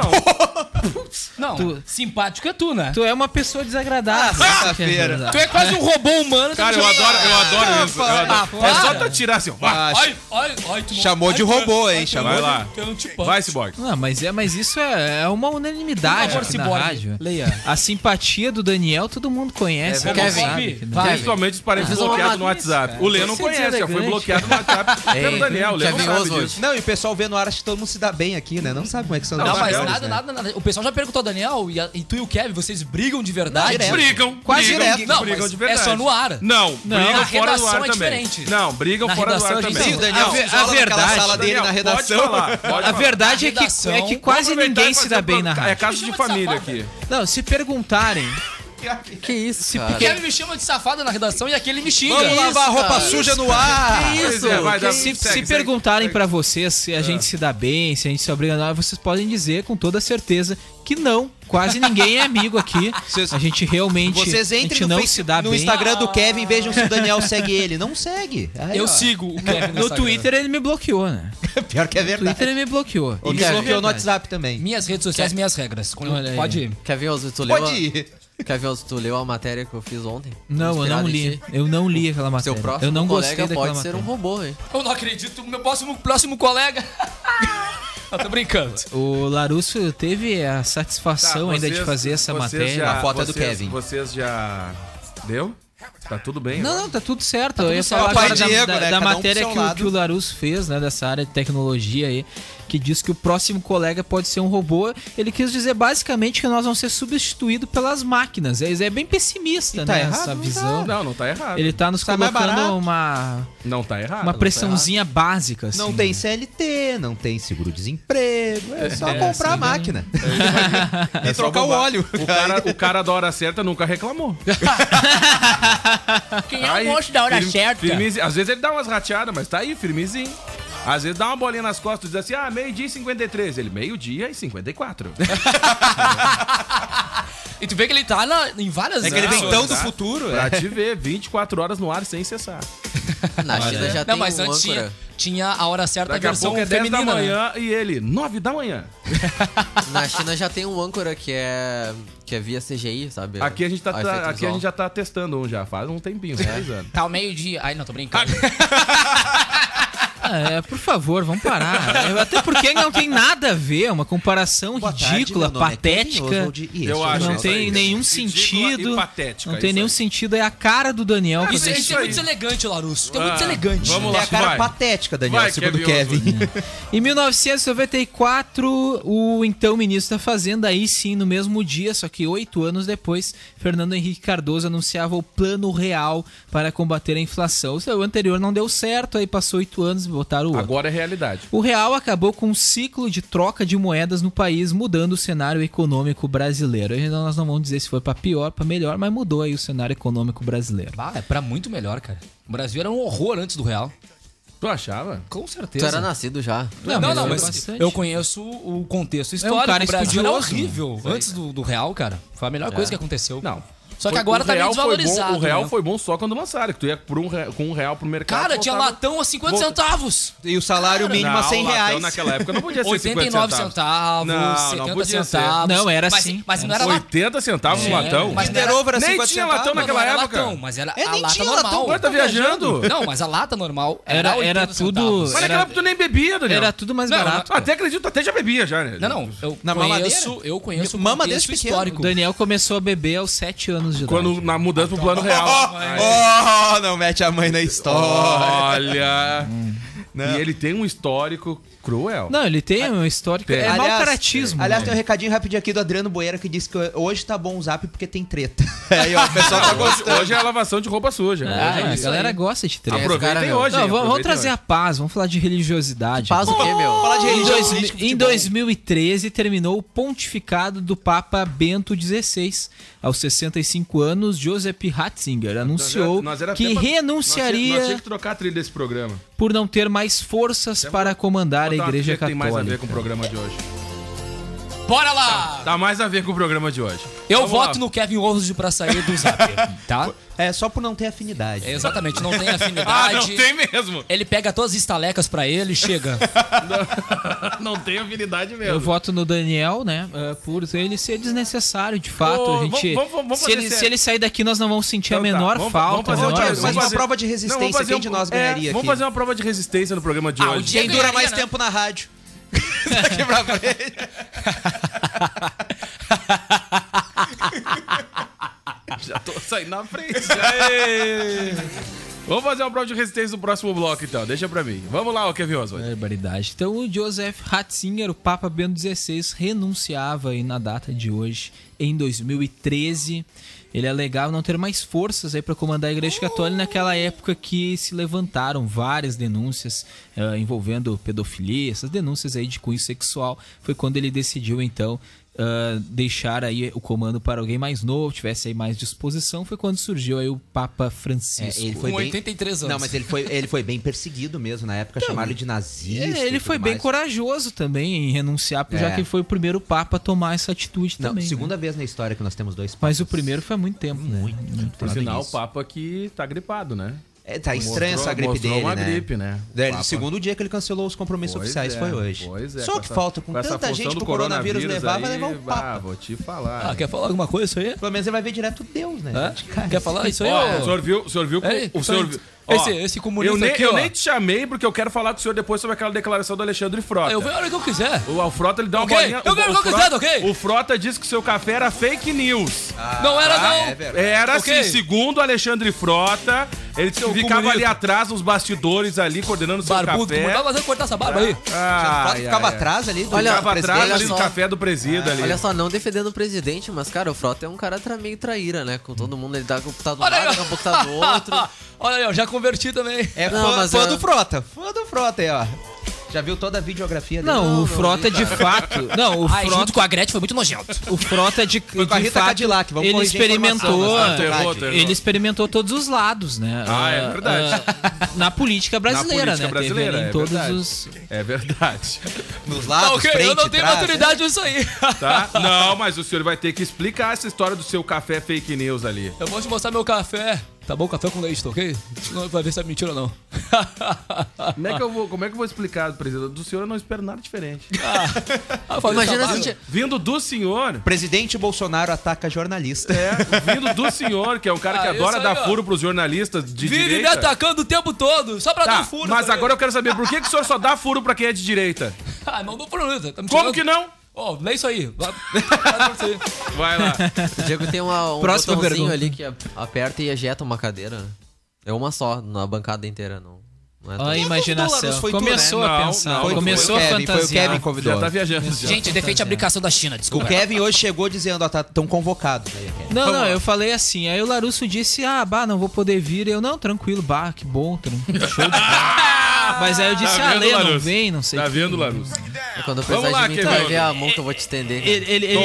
Speaker 1: Não,
Speaker 5: Tu-
Speaker 1: simpático é tu, né?
Speaker 5: Tu é uma pessoa
Speaker 2: Ah,
Speaker 5: desagradável.
Speaker 3: Ah, sexta-feira.
Speaker 5: Isso que é verdade.
Speaker 1: Tu é quase um robô humano.
Speaker 2: Cara, eu adoro, eu adoro isso. eu adoro. Ah, É só tu atirar assim, ó. Vai,
Speaker 3: Ah,
Speaker 1: Ai, ai, ai, tu não- é um
Speaker 3: Chamou
Speaker 1: ai,
Speaker 3: de
Speaker 1: tu-
Speaker 3: robô,
Speaker 1: ai,
Speaker 3: hein?
Speaker 1: tu
Speaker 3: Chamou
Speaker 1: não-
Speaker 2: de- lá.
Speaker 1: Eu não te posso.
Speaker 2: vai Cyborg.
Speaker 5: Não, mas, é, mas isso é, é uma unanimidade
Speaker 1: Por favor,
Speaker 5: aqui na
Speaker 1: Ciborgue,
Speaker 5: rádio.
Speaker 1: leia.
Speaker 5: A simpatia do Daniel todo mundo conhece.
Speaker 2: É
Speaker 5: todo mundo
Speaker 1: verdade.
Speaker 5: sabe
Speaker 1: Kevin,
Speaker 5: que não-
Speaker 1: vai.
Speaker 2: Principalmente os parentes
Speaker 1: Às vezes eu
Speaker 2: bloqueados no
Speaker 1: vou matar
Speaker 2: WhatsApp. O Lê não
Speaker 5: Você é
Speaker 2: conhece, já foi
Speaker 5: deselegante.
Speaker 2: bloqueado no WhatsApp
Speaker 4: É,
Speaker 2: pelo Daniel. O Lê não
Speaker 4: Kevin
Speaker 2: sabe
Speaker 4: Oswald.
Speaker 2: disso.
Speaker 3: Não, e o pessoal vê no ar acho que todo mundo se dá bem aqui, né? Não sabe como é que são
Speaker 2: Não,
Speaker 3: os
Speaker 1: Não, mas
Speaker 2: Maiores,
Speaker 3: papéis,
Speaker 1: Tá nada,
Speaker 3: né?
Speaker 1: nada, nada. O pessoal já perguntou, Daniel, e, a- e tu e o Kevin, vocês brigam de verdade?
Speaker 3: Direto.
Speaker 2: Brigam,
Speaker 3: Quase
Speaker 2: brigam,
Speaker 3: direto.
Speaker 2: Não,
Speaker 1: Não,
Speaker 2: brigam
Speaker 1: mas
Speaker 2: de verdade.
Speaker 1: é só no ar.
Speaker 2: Não, brigam
Speaker 1: na
Speaker 2: fora do
Speaker 1: redação
Speaker 2: ar
Speaker 1: é
Speaker 2: também.
Speaker 1: diferente.
Speaker 2: Não, brigam
Speaker 1: Na
Speaker 2: fora do
Speaker 1: redação
Speaker 2: ar
Speaker 1: a gente
Speaker 2: também.
Speaker 3: Sim, o Daniel,
Speaker 7: a ve-
Speaker 3: a,
Speaker 7: a
Speaker 3: verdade,
Speaker 7: verdade-
Speaker 3: sala dele
Speaker 2: Daniel,
Speaker 3: na
Speaker 2: pode
Speaker 3: redação.
Speaker 2: falar, pode
Speaker 7: A
Speaker 2: falar.
Speaker 7: verdade é que,
Speaker 1: Redação.
Speaker 7: é que quase
Speaker 2: Vamos aproveitar
Speaker 7: ninguém
Speaker 2: e
Speaker 7: se
Speaker 2: fazer
Speaker 7: dá bem na
Speaker 2: banca- É
Speaker 7: rádio.
Speaker 2: caso de família aqui.
Speaker 5: Não, se perguntarem,
Speaker 4: Que isso,
Speaker 1: O
Speaker 4: cara?
Speaker 1: Kevin me chama de safado na redação e aquele me xinga. Tá.
Speaker 3: Vamos lavar a roupa
Speaker 4: cara?
Speaker 3: suja no ar.
Speaker 4: Que
Speaker 2: Pois
Speaker 4: isso?
Speaker 2: é, vai dar-
Speaker 5: se, se
Speaker 2: segue, segue,
Speaker 5: perguntarem
Speaker 2: segue.
Speaker 5: pra vocês se a gente se dá bem, se a gente se obriga não, vocês podem dizer com toda certeza que não. Quase ninguém é amigo aqui.
Speaker 3: Vocês-
Speaker 5: a gente realmente
Speaker 3: Vocês
Speaker 5: a gente
Speaker 3: entrem no,
Speaker 5: não
Speaker 3: Face-
Speaker 5: se dá
Speaker 3: no
Speaker 5: bem.
Speaker 3: Instagram do Kevin e vejam se o Daniel segue ele. Não segue. Aí,
Speaker 1: Eu
Speaker 3: ó.
Speaker 1: sigo o Kevin no,
Speaker 5: No
Speaker 1: Instagram.
Speaker 5: Twitter ele me bloqueou, né?
Speaker 3: Pior que é
Speaker 5: No Twitter
Speaker 3: verdade.
Speaker 5: ele me bloqueou.
Speaker 3: Ou me
Speaker 5: Isso é
Speaker 3: bloqueou no
Speaker 5: verdade.
Speaker 3: WhatsApp também.
Speaker 1: Minhas redes sociais, minhas regras. Quando-
Speaker 5: Olha aí.
Speaker 1: Pode ir.
Speaker 4: Quer ver, Elzo, tu leu
Speaker 3: Pode
Speaker 4: a...
Speaker 3: ir.
Speaker 4: Quer ver, Elzo, tu leu a matéria que eu fiz ontem?
Speaker 5: Não, eu
Speaker 4: Inspirado
Speaker 5: não
Speaker 4: em
Speaker 5: li.
Speaker 4: ti?
Speaker 5: Eu não li aquela
Speaker 4: Seu
Speaker 5: matéria.
Speaker 4: próximo
Speaker 5: eu não gostei
Speaker 4: colega
Speaker 5: daquela
Speaker 4: pode
Speaker 5: matéria.
Speaker 4: ser um robô, hein?
Speaker 1: Eu não acredito. Meu próximo, próximo colega. Eu tô brincando.
Speaker 5: O Larusso teve a satisfação
Speaker 2: Tá,
Speaker 5: ainda de
Speaker 2: vocês-
Speaker 5: fazer essa
Speaker 2: vocês
Speaker 5: matéria.
Speaker 2: já-
Speaker 3: A foto é do
Speaker 2: vocês-
Speaker 3: Kevin.
Speaker 2: Vocês já. Deu? Tá tudo bem?
Speaker 5: Não,
Speaker 2: agora?
Speaker 5: não, tá tudo certo. eu ia
Speaker 1: tudo
Speaker 5: falar
Speaker 3: certo.
Speaker 5: agora
Speaker 3: Pai
Speaker 5: da,
Speaker 3: Diego,
Speaker 5: da-
Speaker 3: né?
Speaker 5: da
Speaker 3: Cada um pro
Speaker 5: matéria
Speaker 3: seu
Speaker 5: que, o-
Speaker 3: lado.
Speaker 5: que o Larusso fez, né? Dessa área de tecnologia aí, que diz que o próximo colega pode ser um robô. Ele quis dizer basicamente que nós vamos ser substituídos pelas máquinas. É, é bem pessimista,
Speaker 3: E tá
Speaker 5: né?
Speaker 3: errado?
Speaker 5: essa
Speaker 3: Não
Speaker 5: visão.
Speaker 2: Não, não tá errado.
Speaker 5: Ele tá nos
Speaker 3: Tá mais barato.
Speaker 5: colocando uma,
Speaker 2: Não tá errado.
Speaker 5: uma
Speaker 2: não tá
Speaker 5: pressãozinha básica, assim.
Speaker 3: Não tem CLT, não tem seguro-desemprego. É só
Speaker 2: É,
Speaker 3: comprar a
Speaker 2: sim.
Speaker 3: máquina.
Speaker 2: errado. É
Speaker 3: e
Speaker 2: só
Speaker 3: trocar o
Speaker 2: bombar.
Speaker 3: óleo.
Speaker 2: O cara, o cara da hora certa nunca reclamou.
Speaker 1: Quem é
Speaker 2: Aí, firme-
Speaker 1: certa?
Speaker 2: firmezinho. Às vezes ele dá umas rateadas, mas tá aí, firmezinho. Às vezes dá uma bolinha nas costas e diz assim: ah, meio-dia e 53. Ele, meio-dia e 54.
Speaker 1: E tu vê que ele tá na- em várias...
Speaker 2: É que ele vem
Speaker 1: Não,
Speaker 2: tão
Speaker 1: tá.
Speaker 2: do
Speaker 3: futuro.
Speaker 2: pra te ver, 24 horas no ar sem cessar.
Speaker 4: Na China já
Speaker 1: Não,
Speaker 4: tem
Speaker 1: mas
Speaker 4: um
Speaker 1: antes
Speaker 4: âncora.
Speaker 1: tinha, tinha a hora certa,
Speaker 2: Daqui
Speaker 1: a
Speaker 2: a
Speaker 1: versão
Speaker 2: pouco é 10
Speaker 1: feminina.
Speaker 2: da
Speaker 1: né?
Speaker 2: manhã e ele, 9 da manhã.
Speaker 4: Na China já tem um âncora que é. que é via CGI, sabe?
Speaker 2: Aqui a gente, tá,
Speaker 4: Ah, efeito
Speaker 2: aqui a
Speaker 4: visual.
Speaker 2: gente já tá testando um já, faz um tempinho, uns 10 anos.
Speaker 1: Tá ao meio-dia. Ai, não, tô brincando.
Speaker 5: Ah, é, por favor, vamos parar. Eu- Até porque não tem nada a ver, é uma comparação
Speaker 3: Boa tarde,
Speaker 5: ridícula,
Speaker 3: meu nome é Kevin
Speaker 5: patética.
Speaker 3: Oswald e
Speaker 2: Eu
Speaker 3: esse é o
Speaker 2: acho.
Speaker 5: não
Speaker 2: isso
Speaker 5: tem
Speaker 2: aí.
Speaker 5: nenhum
Speaker 2: Ridícula
Speaker 5: sentido.
Speaker 2: e patética,
Speaker 5: não tem
Speaker 2: isso
Speaker 5: nenhum
Speaker 2: aí.
Speaker 5: sentido. É a cara do Daniel.
Speaker 1: Isso,
Speaker 5: fazer
Speaker 2: é
Speaker 1: isso
Speaker 2: isso
Speaker 1: é
Speaker 2: aí.
Speaker 1: muito deselegante, Larusso. Isso é muito
Speaker 2: Ah,
Speaker 1: deselegante.
Speaker 2: vamos
Speaker 3: É
Speaker 2: lá.
Speaker 3: a cara
Speaker 2: Vai.
Speaker 3: patética, Daniel,
Speaker 2: Vai,
Speaker 3: segundo o
Speaker 2: Kevin
Speaker 3: Kevin.
Speaker 5: Em 1994, o então ministro da Fazenda, aí sim, no mesmo dia, só que oito anos depois, Fernando Henrique Cardoso anunciava o Plano Real para combater a inflação. O anterior não deu certo, aí passou oito anos e botaram o outro.
Speaker 2: Agora é realidade.
Speaker 5: O real acabou com um ciclo de troca de moedas no país, mudando o cenário econômico brasileiro. Ainda nós não vamos dizer se foi pra pior, pra melhor, mas mudou aí o cenário econômico brasileiro.
Speaker 1: Ah, é pra muito melhor, cara. O Brasil era um horror antes do Real.
Speaker 2: Tu achava?
Speaker 1: Com
Speaker 4: Tu
Speaker 1: certeza.
Speaker 4: era nascido já.
Speaker 1: Não, não, não,
Speaker 5: melhorou
Speaker 1: mas
Speaker 5: bastante.
Speaker 1: eu conheço o
Speaker 2: É um
Speaker 1: contexto histórico.
Speaker 5: cara
Speaker 1: o Brasil era
Speaker 5: estudioso,
Speaker 1: horrível antes do, do Real, cara. Foi a melhor coisa que aconteceu.
Speaker 2: É. Não.
Speaker 1: Só que
Speaker 2: Foi-
Speaker 1: agora
Speaker 2: o
Speaker 1: tá meio
Speaker 2: Real foi bom-
Speaker 1: desvalorizado.
Speaker 2: O Real
Speaker 1: né?
Speaker 2: foi bom só quando lançaram, que tu ia por um, re- com um real pro mercado.
Speaker 1: Cara, tinha
Speaker 2: voltava-
Speaker 1: latão a 50
Speaker 2: Volta-
Speaker 1: centavos.
Speaker 3: E o salário mínimo a
Speaker 2: Não,
Speaker 3: 100
Speaker 2: latão
Speaker 3: reais.
Speaker 2: naquela época não podia ser
Speaker 1: 89
Speaker 2: 50
Speaker 1: centavos,
Speaker 2: Não, não
Speaker 1: 70
Speaker 2: podia ser.
Speaker 1: centavos.
Speaker 5: Não, era
Speaker 1: mas,
Speaker 5: assim.
Speaker 1: Mas não era latão.
Speaker 2: 80 centavos no latão?
Speaker 1: mas
Speaker 3: Kinder
Speaker 1: não era-
Speaker 3: Over a
Speaker 2: Nem
Speaker 3: 50
Speaker 2: tinha
Speaker 3: centavos.
Speaker 2: latão
Speaker 1: Não,
Speaker 2: naquela
Speaker 1: não era
Speaker 2: época.
Speaker 1: latão, mas era
Speaker 3: É,
Speaker 1: a
Speaker 3: nem
Speaker 1: lata
Speaker 3: tinha
Speaker 1: normal.
Speaker 3: latão.
Speaker 2: Agora tá viajando?
Speaker 1: Não, mas a lata normal era,
Speaker 5: Era- era
Speaker 1: 80
Speaker 5: tudo-
Speaker 1: centavos.
Speaker 2: Mas naquela
Speaker 5: Era-
Speaker 2: época tu nem bebia, Daniel.
Speaker 5: Era tudo mais
Speaker 1: Não,
Speaker 5: barato.
Speaker 2: Ah, Até acredito, até já bebia já, né?
Speaker 1: Não, não. Eu
Speaker 3: Na
Speaker 1: conheço,
Speaker 3: mamadeira?
Speaker 1: eu conheço o
Speaker 3: Mama
Speaker 1: contexto
Speaker 3: desde pequeno.
Speaker 1: histórico.
Speaker 5: O Daniel começou a beber aos 7 anos de idade.
Speaker 2: Quando na mudança pro plano real.
Speaker 3: Oh, não mete a mãe na história.
Speaker 2: Olha.
Speaker 1: Hum.
Speaker 2: E ele tem um histórico cruel.
Speaker 5: Não, ele tem um histórico.
Speaker 2: Tem.
Speaker 5: É mau caratismo.
Speaker 3: Aliás,
Speaker 5: né?
Speaker 3: tem um recadinho rapidinho aqui do Adriano Boeira que disse que hoje tá bom o zap porque tem treta. Aí, ó, o pessoal tá
Speaker 2: Hoje,
Speaker 3: gostando.
Speaker 2: hoje é a lavação de roupa suja.
Speaker 5: Ah,
Speaker 2: Hoje é
Speaker 5: a
Speaker 2: isso.
Speaker 5: galera gosta de treta.
Speaker 4: Apro-
Speaker 2: Aproveitem
Speaker 4: Esse cara,
Speaker 2: hoje.
Speaker 5: Não, vamos- vamos
Speaker 2: aproveitem
Speaker 5: trazer a
Speaker 2: hoje.
Speaker 5: paz, vamos falar de religiosidade.
Speaker 4: Faz o quê, meu?
Speaker 3: Falar de
Speaker 5: Em,
Speaker 3: religião
Speaker 5: dois-
Speaker 3: política,
Speaker 5: em
Speaker 3: futebol.
Speaker 5: 2013 terminou o pontificado do Papa Bento XVI. Aos 65 anos, Joseph Ratzinger
Speaker 2: Nós era-
Speaker 5: anunciou
Speaker 2: nós era
Speaker 5: que
Speaker 2: até pra- Nós,
Speaker 5: renunciaria
Speaker 2: nós tinha que trocar a trilha desse programa.
Speaker 5: por não ter mais forças para comandar a
Speaker 2: Botar uma
Speaker 5: Igreja
Speaker 2: trilha que Tem mais a ver
Speaker 5: Católica.
Speaker 2: com o programa de hoje.
Speaker 1: Bora lá!
Speaker 2: Tá mais a ver com o programa de hoje.
Speaker 1: Eu
Speaker 2: Vamos
Speaker 1: voto
Speaker 2: lá.
Speaker 1: no Kevin Oswald pra sair do Zap, tá?
Speaker 3: É só por não ter afinidade.
Speaker 1: Exatamente, não tem
Speaker 2: Ah,
Speaker 1: afinidade.
Speaker 2: não tem mesmo.
Speaker 1: Ele pega todas as estalecas pra ele e chega.
Speaker 2: Não tem habilidade mesmo.
Speaker 5: Eu voto no Daniel, né? eh, Por ele ser desnecessário, de fato.
Speaker 2: Ô,
Speaker 5: a gente,
Speaker 2: vamos- vamos- vamos
Speaker 5: se,
Speaker 2: fazer
Speaker 5: ele,
Speaker 2: sério.
Speaker 5: se ele sair daqui, nós não vamos sentir a
Speaker 2: Então tá,
Speaker 5: menor
Speaker 2: vamos-
Speaker 5: falta. é?
Speaker 2: vamos fazer
Speaker 5: a
Speaker 2: um
Speaker 5: menor
Speaker 2: dia-
Speaker 3: Mas
Speaker 2: vamos
Speaker 3: uma
Speaker 2: fazer-
Speaker 3: prova de
Speaker 2: Não,
Speaker 3: resistência,
Speaker 2: vamos fazer
Speaker 3: quem
Speaker 2: um-
Speaker 3: de nós
Speaker 2: é,
Speaker 3: ganharia aqui?
Speaker 2: Vamos fazer uma prova de resistência no programa de
Speaker 1: Ah, o
Speaker 2: hoje.
Speaker 1: dia-
Speaker 3: Quem dura mais
Speaker 1: Ganharia, né?
Speaker 3: tempo na rádio? Daqui pra frente.
Speaker 2: Já tô saindo na frente. Aê! Vamos fazer uma prova de resistência no próximo bloco, então. Deixa pra mim. Vamos lá, ô Kevin Oswald.
Speaker 5: Barbaridade. Então, o Joseph Ratzinger, o Papa Bento XVI, renunciava aí na data de hoje, em 2013. Ele alegava não ter mais forças aí para comandar a Igreja Católica naquela época que se levantaram várias denúncias eh, envolvendo pedofilia, essas denúncias aí de cunho sexual. Foi quando ele decidiu então ah, deixar aí o comando para alguém mais novo, tivesse aí mais disposição. Foi quando surgiu aí o Papa Francisco.
Speaker 3: É, ele foi
Speaker 1: Com
Speaker 3: bem...
Speaker 1: 83 anos.
Speaker 3: Não, mas ele foi, ele foi bem perseguido mesmo na época, chamaram ele de nazista.
Speaker 5: É,
Speaker 3: e
Speaker 5: ele
Speaker 3: tudo
Speaker 5: foi bem
Speaker 3: mais.
Speaker 5: corajoso também em renunciar,
Speaker 3: É.
Speaker 5: já que ele foi o primeiro Papa a tomar essa atitude
Speaker 3: Não,
Speaker 5: também. né?
Speaker 3: segunda vez na história que nós temos dois
Speaker 5: Mas o
Speaker 3: papas.
Speaker 5: primeiro foi há muito tempo, né?
Speaker 3: Muito, muito
Speaker 2: Por
Speaker 3: tempo.
Speaker 2: sinal, o
Speaker 3: Isso.
Speaker 2: Papa que tá gripado, né?
Speaker 3: É, tá
Speaker 2: Mostrou-
Speaker 3: estranha essa gripe
Speaker 2: mostrou
Speaker 3: dele,
Speaker 2: uma
Speaker 3: né?
Speaker 2: gripe, né?
Speaker 3: É,
Speaker 2: Papa.
Speaker 3: o segundo dia que ele cancelou os compromissos
Speaker 2: Pois
Speaker 3: oficiais
Speaker 2: é,
Speaker 3: foi hoje.
Speaker 2: Pois é,
Speaker 3: Só
Speaker 2: com
Speaker 3: que
Speaker 2: essa-
Speaker 3: falta com,
Speaker 2: essa
Speaker 3: tanta
Speaker 2: função
Speaker 3: gente
Speaker 2: do
Speaker 3: pro coronavírus, levar, vai
Speaker 2: aí,
Speaker 3: levar um
Speaker 2: Ah,
Speaker 3: papo.
Speaker 2: vou te falar.
Speaker 1: Ah, quer falar alguma coisa isso aí?
Speaker 3: Pelo menos ele vai ver direto Deus, né?
Speaker 1: Hã?
Speaker 3: gente? Cara,
Speaker 1: Quer falar isso aí?
Speaker 2: Ó,
Speaker 1: ô?
Speaker 2: o senhor viu, o senhor viu,
Speaker 1: É,
Speaker 2: o senhor
Speaker 1: então,
Speaker 2: viu-
Speaker 1: esse-
Speaker 2: ó,
Speaker 1: esse comunista
Speaker 2: eu nem,
Speaker 1: aqui,
Speaker 2: eu
Speaker 1: ó.
Speaker 2: nem te chamei porque eu quero falar com o senhor depois sobre aquela declaração do Alexandre Frota.
Speaker 1: Eu venho a hora que eu quiser.
Speaker 2: O Alfrota ele dá uma
Speaker 1: Ok,
Speaker 2: bolinha.
Speaker 1: eu
Speaker 2: o-
Speaker 1: quero
Speaker 2: o
Speaker 1: qualquer
Speaker 2: Frota-
Speaker 1: dado, ok?
Speaker 2: O Frota disse que o seu café era fake news.
Speaker 1: não era,
Speaker 5: Ah,
Speaker 1: não.
Speaker 3: é verdade.
Speaker 2: Era
Speaker 1: Ok.
Speaker 2: assim, segundo Alexandre Frota, ele disse que ficava
Speaker 1: comunista.
Speaker 2: ali atrás, nos bastidores ali, coordenando seu
Speaker 1: Barbudo, como é
Speaker 2: café.
Speaker 1: dá pra cortar essa barba aí?
Speaker 2: Ah,
Speaker 3: Quase
Speaker 2: ai,
Speaker 3: ficava
Speaker 2: ai.
Speaker 3: atrás ali do
Speaker 4: Olha,
Speaker 3: do
Speaker 2: Ficava atrás
Speaker 4: olha
Speaker 2: ali do
Speaker 4: só.
Speaker 2: café do presídio
Speaker 3: Ah,
Speaker 2: ali.
Speaker 4: Olha só, não defendendo o presidente, mas, cara, o Frota é um cara tra- meio traíra, né? Com todo mundo, ele dá com tá do lado,
Speaker 1: Olha aí,
Speaker 4: daqui a pouco tá do
Speaker 5: Ah,
Speaker 4: outro.
Speaker 1: ó. Olha aí, ó, já converti também.
Speaker 3: É
Speaker 4: Não,
Speaker 3: fã,
Speaker 4: mas
Speaker 3: fã
Speaker 4: eu-
Speaker 3: do Frota. Fã do Frota aí, ó. Já viu toda a videografia dele?
Speaker 5: Não, o Frota é de fato. Não, o
Speaker 1: Ai,
Speaker 5: Frota,
Speaker 1: junto com a Gretchen foi muito nojento.
Speaker 5: o Frota é de,
Speaker 3: com a
Speaker 5: de
Speaker 3: Rita
Speaker 5: fato,
Speaker 3: Cadillac, vamos
Speaker 5: ele
Speaker 3: corrigir a
Speaker 5: experimentou, Ah,
Speaker 3: informação, né?
Speaker 2: Errou, errou.
Speaker 5: ele experimentou todos os lados, né?
Speaker 2: Ah, é
Speaker 5: Ah,
Speaker 2: verdade.
Speaker 5: ah, na política brasileira,
Speaker 2: Na política
Speaker 5: né? Teve
Speaker 2: brasileira,
Speaker 5: ali
Speaker 2: é
Speaker 5: em todos
Speaker 2: verdade.
Speaker 5: os
Speaker 2: É verdade.
Speaker 3: Nos
Speaker 1: Tá,
Speaker 3: lados,
Speaker 1: ok,
Speaker 3: frente,
Speaker 1: eu não tenho
Speaker 3: trás.
Speaker 5: né?
Speaker 1: maturidade nisso aí.
Speaker 2: Tá? Não, mas o senhor vai ter que explicar essa história do seu café fake news ali.
Speaker 1: Eu vou te mostrar meu café. Tá bom, café com leite, tá ok? Não vai ver se é mentira ou não.
Speaker 2: Como é que eu vou, como é que eu vou explicar, presidente? Do senhor eu não espero nada diferente.
Speaker 1: Ah, fazer
Speaker 4: Imagina
Speaker 1: trabalho.
Speaker 4: se tinha-
Speaker 2: Vindo do senhor.
Speaker 3: Presidente Bolsonaro ataca jornalista.
Speaker 2: É, vindo do senhor, que é um cara que
Speaker 1: Ah,
Speaker 2: adora
Speaker 1: isso aí,
Speaker 2: dar
Speaker 1: ó.
Speaker 2: furo pros jornalistas de
Speaker 1: Vive me
Speaker 2: direita.
Speaker 1: atacando o tempo todo, só pra
Speaker 2: Tá,
Speaker 1: dar um furo.
Speaker 2: mas
Speaker 1: também.
Speaker 2: agora eu quero saber por que, que o senhor só dá furo pra quem é de direita?
Speaker 1: Ah, não dou problema. Tá me tirando-
Speaker 2: Como que não?
Speaker 1: Ó, lê isso aí. Vai- vai pra você.
Speaker 2: Vai lá.
Speaker 4: O Diego tem uma, um
Speaker 5: Próxima
Speaker 4: botãozinho
Speaker 5: pergunta.
Speaker 4: ali que a- aperta e ejeta uma cadeira. É uma só, na bancada inteira, não. não é
Speaker 5: Ó, a
Speaker 4: todo-
Speaker 3: dólares
Speaker 5: imaginação.
Speaker 3: foi É, tu,
Speaker 5: Começou
Speaker 2: né?
Speaker 5: a
Speaker 2: Não,
Speaker 5: pensar,
Speaker 2: não, foi
Speaker 5: começou
Speaker 3: o
Speaker 5: a
Speaker 3: Kevin, foi o
Speaker 5: fantasiar.
Speaker 3: Kevin
Speaker 2: Já
Speaker 3: convidou.
Speaker 2: tá viajando. Já.
Speaker 1: Gente, defeite
Speaker 5: é.
Speaker 1: a aplicação da China, desculpa.
Speaker 3: O Kevin hoje chegou dizendo, ó, tá tão convocado. Aí, Kevin.
Speaker 5: Não,
Speaker 3: Vamos
Speaker 5: não,
Speaker 3: lá.
Speaker 5: eu falei assim. Aí o Larusso disse: Ah, bah, não vou poder vir. Eu, não, tranquilo, bah, que bom, tranquilo, show de bola." Mas aí eu disse:
Speaker 2: Tá
Speaker 5: Ah,
Speaker 2: vendo,
Speaker 5: Lê, não
Speaker 2: Larusso?
Speaker 5: vendo, não sei.
Speaker 2: Tá
Speaker 5: o quê."
Speaker 2: vendo, Larusso?
Speaker 4: É Quando eu
Speaker 2: Vamos lá,
Speaker 4: precisar de mim, tu vai
Speaker 2: Kevin.
Speaker 4: ver a mão que eu vou te estender. cara.
Speaker 5: Ele, ele, ele,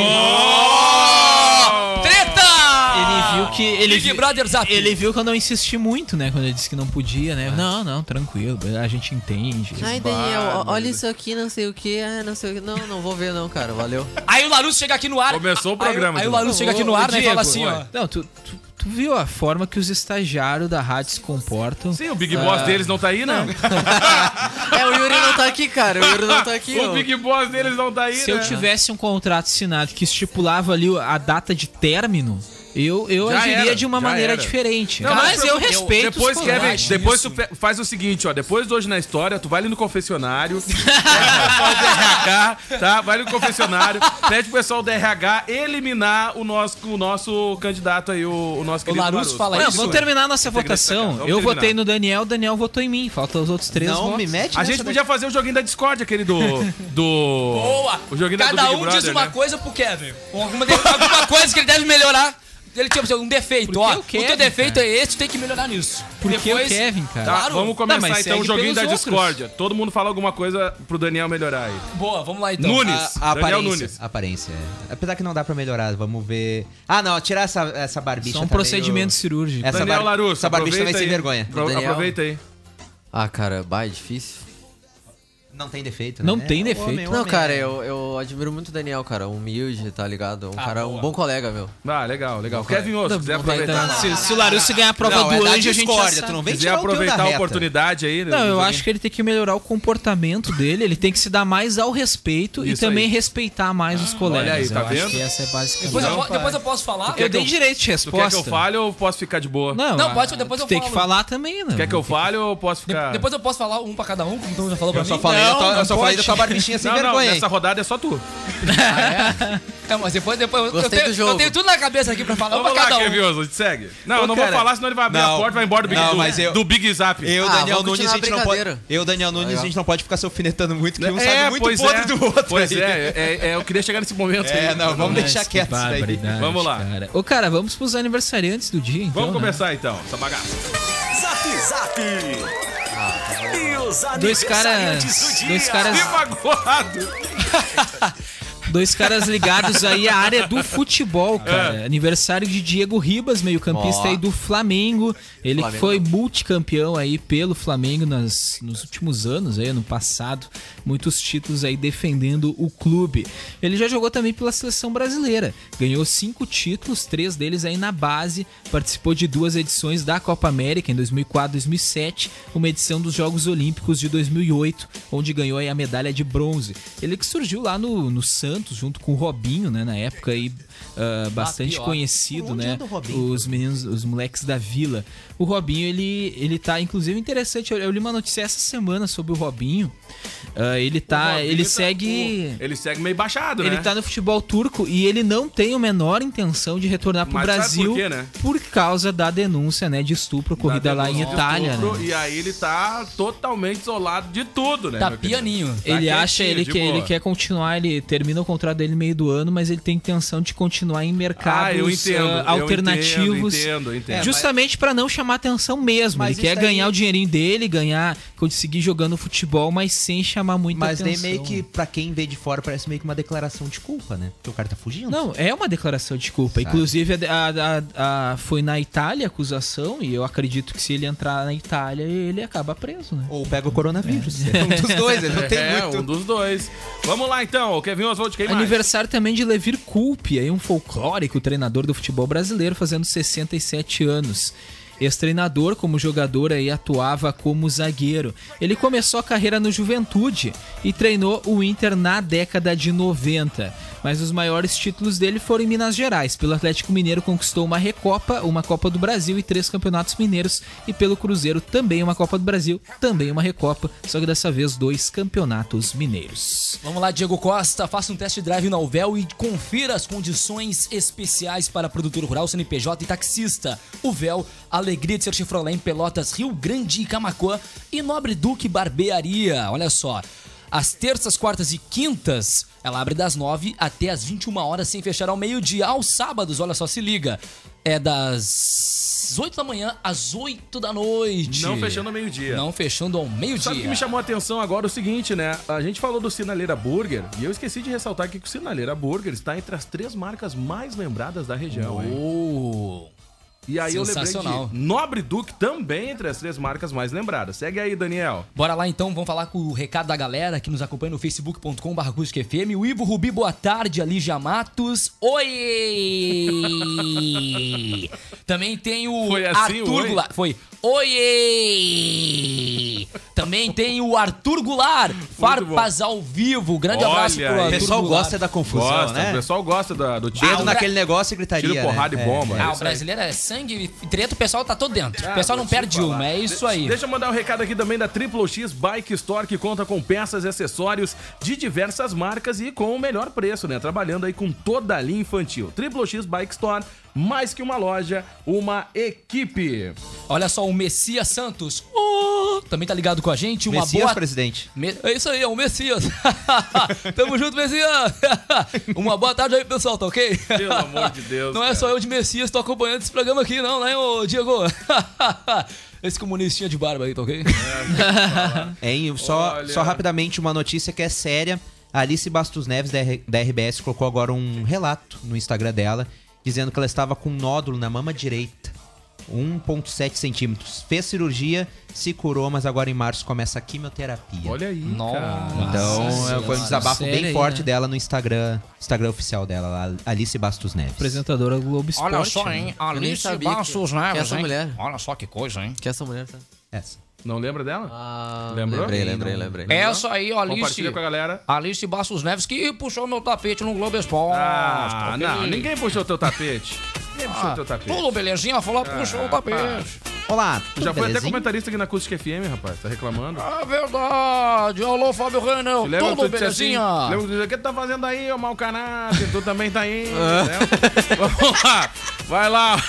Speaker 5: ele
Speaker 1: Treta!
Speaker 5: viu que. Ele
Speaker 1: Big
Speaker 5: viu,
Speaker 1: Brother Zap.
Speaker 5: ele viu que eu não insisti muito, né? Quando eu disse que não podia, né? Não, não, tranquilo, a gente entende.
Speaker 4: Ai, Daniel, ó- olha isso aqui, não sei o que, ah, não sei o que. Não, não vou ver não, cara, valeu.
Speaker 1: Aí o Larusso chega aqui no ar.
Speaker 2: Começou o
Speaker 1: Aí-
Speaker 2: programa,
Speaker 1: Aí, o
Speaker 2: Dudu.
Speaker 1: Larusso chega aqui no
Speaker 5: Ô,
Speaker 1: ar né, e
Speaker 5: Diego,
Speaker 1: fala assim, ó.
Speaker 5: Não, tu, tu, tu viu a forma que os estagiários da rádio se comportam?
Speaker 2: Sim, o Big
Speaker 1: Ah.
Speaker 2: Boss deles não tá aí, né?
Speaker 4: É, o Yuri não tá aqui, cara, o Yuri não tá aqui.
Speaker 2: o
Speaker 4: ó.
Speaker 2: Big Boss deles não tá aí,
Speaker 5: Se
Speaker 2: né?
Speaker 5: eu tivesse um contrato assinado que estipulava ali a data de término, eu, eu
Speaker 2: Já
Speaker 5: agiria
Speaker 2: era,
Speaker 5: de uma
Speaker 2: já
Speaker 5: maneira
Speaker 2: era.
Speaker 5: diferente.
Speaker 2: Não,
Speaker 5: mas
Speaker 2: não,
Speaker 5: eu
Speaker 2: eu-
Speaker 5: respeito
Speaker 2: Depois,
Speaker 5: os
Speaker 2: Kevin,
Speaker 5: colegas.
Speaker 2: depois tu fe- faz o seguinte, ó. Depois de hoje na história, tu vai ali no confessionário, pede pro pessoal do RH, tá? Vai no confessionário, pede pro pessoal do RH eliminar o nosso, o nosso candidato aí, o, o nosso querido
Speaker 1: Larusso fala
Speaker 5: Não,
Speaker 1: isso,
Speaker 5: vamos
Speaker 1: né?
Speaker 5: terminar nossa
Speaker 2: Tem que destacar,
Speaker 5: votação.
Speaker 2: vamos
Speaker 5: Eu
Speaker 2: terminar.
Speaker 5: votei no Daniel, o Daniel votou em mim. Faltam os outros três
Speaker 3: Não
Speaker 5: votos.
Speaker 3: me mete
Speaker 2: A
Speaker 3: nessa
Speaker 2: gente
Speaker 3: daí.
Speaker 2: podia fazer o joguinho da Discord, aquele do. do
Speaker 1: Boa!
Speaker 2: O
Speaker 5: é
Speaker 2: joguinho da- do
Speaker 1: Cada
Speaker 2: Big
Speaker 1: um
Speaker 2: Brother,
Speaker 1: diz uma
Speaker 2: né?
Speaker 1: coisa pro Kevin. Um, Alguma, de- alguma coisa que ele deve melhorar. Ele tinha um defeito,
Speaker 5: Por que
Speaker 1: ó.
Speaker 5: o
Speaker 1: O,
Speaker 5: Kevin,
Speaker 1: teu defeito
Speaker 5: cara?
Speaker 1: é esse, tu tem que melhorar nisso.
Speaker 5: Por que o
Speaker 1: Depois-
Speaker 5: Kevin, cara?
Speaker 2: Tá,
Speaker 1: Claro.
Speaker 2: vamos começar
Speaker 5: Não, mas
Speaker 2: então o
Speaker 5: segue
Speaker 2: joguinho
Speaker 5: pelos
Speaker 2: da
Speaker 5: outros.
Speaker 2: discórdia. Todo mundo fala alguma coisa pro Daniel melhorar aí.
Speaker 1: Boa, vamos lá então.
Speaker 2: Nunes.
Speaker 3: A, a
Speaker 2: Daniel
Speaker 3: aparência,
Speaker 2: Nunes.
Speaker 3: a aparência. é. Apesar que não dá pra melhorar, vamos ver. Ah, não, tirar essa, essa barbicha.
Speaker 5: Só um
Speaker 3: tá meio-
Speaker 5: procedimento cirúrgico.
Speaker 3: Essa
Speaker 2: Daniel
Speaker 3: bar-
Speaker 2: Larusso,
Speaker 3: Essa barbicha
Speaker 2: aproveita
Speaker 3: vai ser
Speaker 2: aí.
Speaker 3: vergonha.
Speaker 2: Apro-
Speaker 4: Daniel.
Speaker 2: Aproveita aí.
Speaker 4: Ah, cara, bah, é difícil.
Speaker 3: Não tem defeito,
Speaker 5: Não
Speaker 3: né?
Speaker 5: tem
Speaker 3: É um
Speaker 5: defeito.
Speaker 3: homem, um
Speaker 4: Não,
Speaker 3: homem,
Speaker 4: cara,
Speaker 3: né?
Speaker 4: eu, eu admiro muito o Daniel, cara, humilde, tá ligado? Um
Speaker 1: Ah,
Speaker 4: cara,
Speaker 1: boa.
Speaker 4: um bom colega, meu.
Speaker 2: Ah, legal, legal. Kevin Osso, se quiser
Speaker 5: Não, vai
Speaker 2: aproveitar.
Speaker 5: dar- se, se o Larusso ganhar a prova
Speaker 3: Não,
Speaker 5: do
Speaker 3: é da
Speaker 5: anjo, a gente já
Speaker 3: discórdia,
Speaker 5: sabe.
Speaker 3: tu não
Speaker 2: Se
Speaker 3: vem
Speaker 2: quiser
Speaker 3: tirar o teu da
Speaker 2: aproveitar a
Speaker 3: reta.
Speaker 2: oportunidade aí.
Speaker 5: Não, eu acho que ele tem que melhorar o comportamento dele, ele tem que se dar mais ao respeito
Speaker 2: Isso
Speaker 5: e também
Speaker 2: aí.
Speaker 5: respeitar mais os colegas.
Speaker 2: olha aí, tá
Speaker 5: eu acho
Speaker 2: vendo?
Speaker 5: que essa é basicamente.
Speaker 1: Depois,
Speaker 2: Não,
Speaker 1: eu, depois eu posso falar.
Speaker 5: eu dei
Speaker 2: que eu-
Speaker 5: direito de
Speaker 2: Tu
Speaker 5: resposta.
Speaker 2: quer que eu fale ou posso ficar de boa?
Speaker 5: Não,
Speaker 1: Não,
Speaker 5: ah,
Speaker 1: pode, depois
Speaker 5: tu
Speaker 1: eu
Speaker 5: tem
Speaker 1: falo.
Speaker 5: que falar também, né?
Speaker 2: Quer que eu fale ou posso
Speaker 1: De-
Speaker 2: ficar.
Speaker 1: Depois eu posso falar um pra cada um, como todo mundo já falou pra
Speaker 3: Eu
Speaker 1: mim.
Speaker 3: só falei falei, da
Speaker 5: Não,
Speaker 3: tua-
Speaker 5: não
Speaker 3: eu só falei da
Speaker 5: pode.
Speaker 3: tua barbichinha sem
Speaker 2: Não, não,
Speaker 3: vergonha. hein?
Speaker 2: nessa rodada é só tu.
Speaker 1: Ah, é? É, mas depois, depois eu- eu,
Speaker 4: Gostei
Speaker 1: tenho,
Speaker 4: do jogo.
Speaker 1: eu tenho tudo na cabeça aqui pra falar. Uma
Speaker 2: Vamos
Speaker 1: cada
Speaker 2: lá,
Speaker 1: um.
Speaker 2: Kevioso, segue. Não,
Speaker 3: Ô,
Speaker 2: eu não vou
Speaker 3: cara,
Speaker 2: falar, senão ele vai abrir a
Speaker 3: não,
Speaker 2: porta e vai embora do Big,
Speaker 3: não,
Speaker 2: do,
Speaker 3: mas eu-
Speaker 2: do Big Zap.
Speaker 3: Eu,
Speaker 4: Ah,
Speaker 3: Daniel
Speaker 4: vamos
Speaker 3: Nunes,
Speaker 4: continuar
Speaker 3: a
Speaker 4: a
Speaker 3: gente não pode.
Speaker 4: brincadeira.
Speaker 3: Eu, Daniel Nunes,
Speaker 4: Aí, ó.
Speaker 3: a gente não pode ficar se alfinetando muito, que um
Speaker 2: É,
Speaker 3: sabe muito podre
Speaker 2: é.
Speaker 3: do outro.
Speaker 2: Pois
Speaker 3: aí.
Speaker 2: é, é, é, eu queria chegar nesse momento.
Speaker 3: É,
Speaker 2: aí.
Speaker 3: não, vamos
Speaker 5: Mas
Speaker 3: deixar
Speaker 5: que
Speaker 3: quieto isso daí.
Speaker 5: barbaridade,
Speaker 2: Vamos lá.
Speaker 5: Cara. Ô, cara, vamos pros aniversariantes do dia, então.
Speaker 2: Vamos
Speaker 5: né?
Speaker 2: começar então, essa bagaça.
Speaker 6: Zap Zap. E os
Speaker 5: Dois caras,
Speaker 6: aniversariantes do dia.
Speaker 5: dois caras,
Speaker 2: Que magoado!
Speaker 5: dois caras ligados aí à área do futebol, cara. Aniversário de Diego Ribas, meio-campista
Speaker 3: Ó.
Speaker 5: aí do Flamengo. Ele
Speaker 4: Flamengo.
Speaker 5: foi multicampeão aí pelo Flamengo nas, nos últimos anos, aí ano passado, muitos títulos aí defendendo o clube. Ele já jogou também pela seleção brasileira, ganhou cinco títulos, três deles aí na base, participou de duas edições da Copa América em 2004 e 2007, uma edição dos Jogos Olímpicos de 2008, onde ganhou aí a medalha de bronze. Ele que surgiu lá no, no Santos junto com o Robinho, né, na época aí ah, bastante
Speaker 1: pior.
Speaker 5: conhecido,
Speaker 3: Onde
Speaker 5: né?
Speaker 3: anda o Robinho?
Speaker 5: os meninos, os moleques da vila. O Robinho, ele, ele tá, inclusive, interessante. Eu, eu li uma notícia essa semana sobre o Robinho. Ah, ele tá.
Speaker 2: Robinho
Speaker 5: ele
Speaker 2: tá-
Speaker 5: segue.
Speaker 2: o- ele segue meio baixado,
Speaker 5: Ele
Speaker 2: né?
Speaker 5: tá no futebol turco e ele não tem a menor intenção de retornar pro
Speaker 2: Mas sabe
Speaker 5: Brasil
Speaker 2: por quê, né?
Speaker 5: por causa da denúncia, né, de estupro ocorrida lá em
Speaker 2: denúncia de
Speaker 5: Itália,
Speaker 2: estupro,
Speaker 5: né?
Speaker 2: E aí ele tá totalmente isolado de tudo, né?
Speaker 1: Tá
Speaker 2: meu querido?
Speaker 1: pianinho.
Speaker 5: Ele
Speaker 2: Tá
Speaker 5: acha
Speaker 2: quietinho,
Speaker 5: ele
Speaker 2: de
Speaker 5: que ele
Speaker 2: boa.
Speaker 5: quer continuar, ele termina o contrato dele no meio do ano, mas ele tem intenção de continuar em mercados
Speaker 2: Ah, eu entendo.
Speaker 5: ah,
Speaker 2: eu
Speaker 5: alternativos.
Speaker 2: Entendo, entendo, entendo.
Speaker 3: É,
Speaker 5: Justamente pra não chamar atenção mesmo.
Speaker 3: Mas
Speaker 5: Ele quer
Speaker 3: isso daí-
Speaker 5: ganhar o dinheirinho dele, ganhar, conseguir jogando futebol, mas sem chamar muita
Speaker 3: Mas
Speaker 5: atenção.
Speaker 3: daí meio que, pra quem vê de fora, parece meio que uma declaração de culpa, né? Porque o cara tá fugindo.
Speaker 5: Não, é uma declaração de culpa.
Speaker 3: Sabe.
Speaker 5: Inclusive, a- a- a- a- foi na Itália a acusação, e eu acredito que se ele entrar na Itália, ele acaba preso, né?
Speaker 3: Ou pega o coronavírus. É. um dos dois, ele não tem
Speaker 2: é,
Speaker 3: muito.
Speaker 2: um dos dois. Vamos lá então, Kevin Oswald, quem mais?
Speaker 5: Aniversário também de Levir Culpe, aí um folclórico treinador do futebol brasileiro, fazendo 67 anos. Ex-treinador, como jogador, aí atuava como zagueiro. Ele começou a carreira no Juventude e treinou o Inter na década de 90. Mas os maiores títulos dele foram em Minas Gerais. Pelo Atlético Mineiro conquistou uma Recopa, uma Copa do Brasil e três campeonatos mineiros. E pelo Cruzeiro também uma Copa do Brasil, também uma Recopa, só que dessa vez dois campeonatos mineiros.
Speaker 1: Vamos lá, Diego Costa, faça um test drive na Uvel e confira as condições especiais para produtor rural, CNPJ e taxista. Uvel, alegria de ser Chevrolet em Pelotas, Rio Grande e Camacuã e Nobre Duque Barbearia. Olha só. Às terças, quartas e quintas, ela abre das 9 até às 21 horas, sem fechar ao meio-dia. Aos sábados, olha só, se liga. É das 8 da manhã às 8 da noite.
Speaker 2: Não fechando ao meio-dia.
Speaker 1: Não fechando ao meio-dia.
Speaker 2: Sabe o que me chamou a atenção agora é o seguinte, né? A gente falou do Sinaleira Burger e eu esqueci de ressaltar aqui que o Sinaleira Burger está entre as três marcas mais lembradas da região. hein?
Speaker 1: Oh.
Speaker 2: E aí eu lembrei
Speaker 1: sensacional.
Speaker 2: de Nobre Duque também entre as três marcas mais lembradas. Segue aí, Daniel.
Speaker 1: Bora lá então, vamos falar com o recado da galera que nos acompanha no facebook.com FM. O Ivo Rubi, boa tarde, a Lígia Matos. Oi! Também tem o
Speaker 2: Foi assim,
Speaker 1: Arthur
Speaker 2: oi?
Speaker 1: Goulart. Foi. Oi! Também tem o Arthur Goulart, Farpas ao vivo. Grande
Speaker 2: Olha
Speaker 1: abraço pro
Speaker 2: aí.
Speaker 3: O
Speaker 1: Arthur
Speaker 3: pessoal
Speaker 1: Goulart.
Speaker 3: gosta da confusão,
Speaker 2: Gosta,
Speaker 3: né?
Speaker 2: o pessoal gosta da- do tiro,
Speaker 3: Dedo
Speaker 1: Ah,
Speaker 3: naquele negócio e gritaria.
Speaker 2: tiro, porrada
Speaker 3: né?
Speaker 2: e bomba.
Speaker 1: Ah,
Speaker 2: É
Speaker 1: o
Speaker 2: isso aí.
Speaker 1: brasileiro é sangue e treta, o pessoal tá todo dentro. O
Speaker 2: Ah,
Speaker 1: pessoal
Speaker 2: vou
Speaker 1: não
Speaker 2: te
Speaker 1: perde
Speaker 2: falar.
Speaker 1: uma, é isso aí.
Speaker 2: Deixa eu mandar um recado aqui também da Triple X Bike Store, que conta com peças e acessórios de diversas marcas e com o melhor preço, né? Trabalhando aí com toda a linha infantil. Triple X Bike Store, mais que uma loja, uma equipe.
Speaker 1: Olha só, o Messias Santos. Oh, também tá ligado com a gente. Uma
Speaker 3: Messias,
Speaker 1: boa
Speaker 3: presidente.
Speaker 1: Me- É isso aí, é o Messias. Tamo junto, Messias. Uma boa tarde aí, pessoal, tá ok?
Speaker 2: Pelo amor de Deus,
Speaker 1: Não é
Speaker 2: cara.
Speaker 1: só eu de Messias, tô acompanhando esse programa aqui, não, né, ô Diego? Esse comunistinha de barba aí, tá
Speaker 4: É,
Speaker 1: ok?
Speaker 3: Hein, só,
Speaker 2: Olha.
Speaker 3: só rapidamente uma notícia que é séria. A Alice Bastos Neves, da, R- da RBS, colocou agora um relato no Instagram dela, dizendo que ela estava com um nódulo na mama direita. 1,7 centímetros. Fez cirurgia, se curou, mas agora em março começa a quimioterapia.
Speaker 2: Olha aí, cara.
Speaker 1: Nossa.
Speaker 3: Então, é um
Speaker 5: senhora,
Speaker 3: desabafo
Speaker 5: sério
Speaker 3: bem
Speaker 5: aí,
Speaker 3: forte
Speaker 5: né?
Speaker 3: dela no Instagram, Instagram oficial dela, lá, Alice Bastos Neves.
Speaker 5: apresentadora do Globo Esporte. né?
Speaker 4: Eu nem sabia que, que essa mulher.
Speaker 1: né, Olha só que coisa, hein?
Speaker 4: Que essa mulher tá.
Speaker 3: Essa.
Speaker 2: Não lembra dela?
Speaker 4: Ah,
Speaker 2: Lembrou?
Speaker 4: Lembrei,
Speaker 2: Sim,
Speaker 4: lembrei,
Speaker 3: não-
Speaker 4: lembrei.
Speaker 1: Essa aí, ó,
Speaker 2: Compartilha
Speaker 1: Alice. Ah,
Speaker 2: com a galera.
Speaker 1: Alice Bastos Neves que puxou meu tapete no Globo Esporte.
Speaker 2: Ah,
Speaker 1: ok? Ah,
Speaker 2: não, ninguém puxou teu tapete. Ninguém puxou teu tapete. Ah,
Speaker 1: Tudo belezinha? Falou, puxou o tapete.
Speaker 3: Olá, tudo
Speaker 1: um
Speaker 2: Já foi até
Speaker 3: belezinha?
Speaker 2: comentarista aqui na Acústica FM, rapaz. Tá reclamando?
Speaker 7: É verdade. Alô, Fábio Renão.
Speaker 2: Tu lembra
Speaker 7: Tudo
Speaker 2: tu disse assim,
Speaker 7: belezinha?
Speaker 2: lembra tu disse, o que tu tá fazendo aí, ô mau caráter? Tu também tá aí. entendeu? Vamos lá. Vai lá.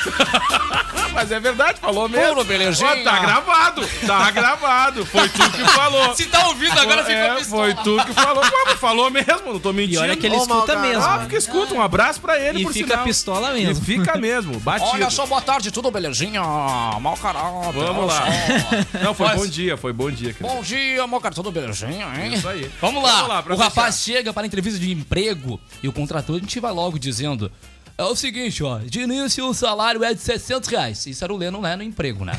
Speaker 2: Mas é verdade, falou mesmo.
Speaker 7: Tudo belezinha?
Speaker 2: Ó, tá gravado. Tá gravado. Foi tu que falou.
Speaker 1: Se tá ouvindo agora, você
Speaker 2: É, foi tu que falou. Pô, falou mesmo, não tô mentindo.
Speaker 5: E olha que ele
Speaker 4: Ô,
Speaker 5: escuta
Speaker 4: Malgado.
Speaker 5: mesmo.
Speaker 2: Óbvio que escuta. Um abraço pra ele,
Speaker 5: E
Speaker 2: por
Speaker 5: fica
Speaker 2: sinal.
Speaker 5: a pistola
Speaker 2: E
Speaker 5: mesmo.
Speaker 2: fica mesmo. Batido.
Speaker 7: Olha só, boa tarde. Tudo belezinha? Mal caráter.
Speaker 2: Vamos lá.
Speaker 7: Olha só.
Speaker 2: Não, foi
Speaker 1: Mas-
Speaker 2: bom dia, foi bom dia. querido.
Speaker 7: Bom dia, mal caráter. Tudo belezinha, hein?
Speaker 2: Isso aí.
Speaker 1: Vamos lá.
Speaker 2: pra
Speaker 1: o
Speaker 2: fechar.
Speaker 1: rapaz chega para a entrevista de emprego e o contratante vai logo dizendo: É o seguinte, ó, de início o salário é de 600 reais. Isso era o Leno né, no emprego, né?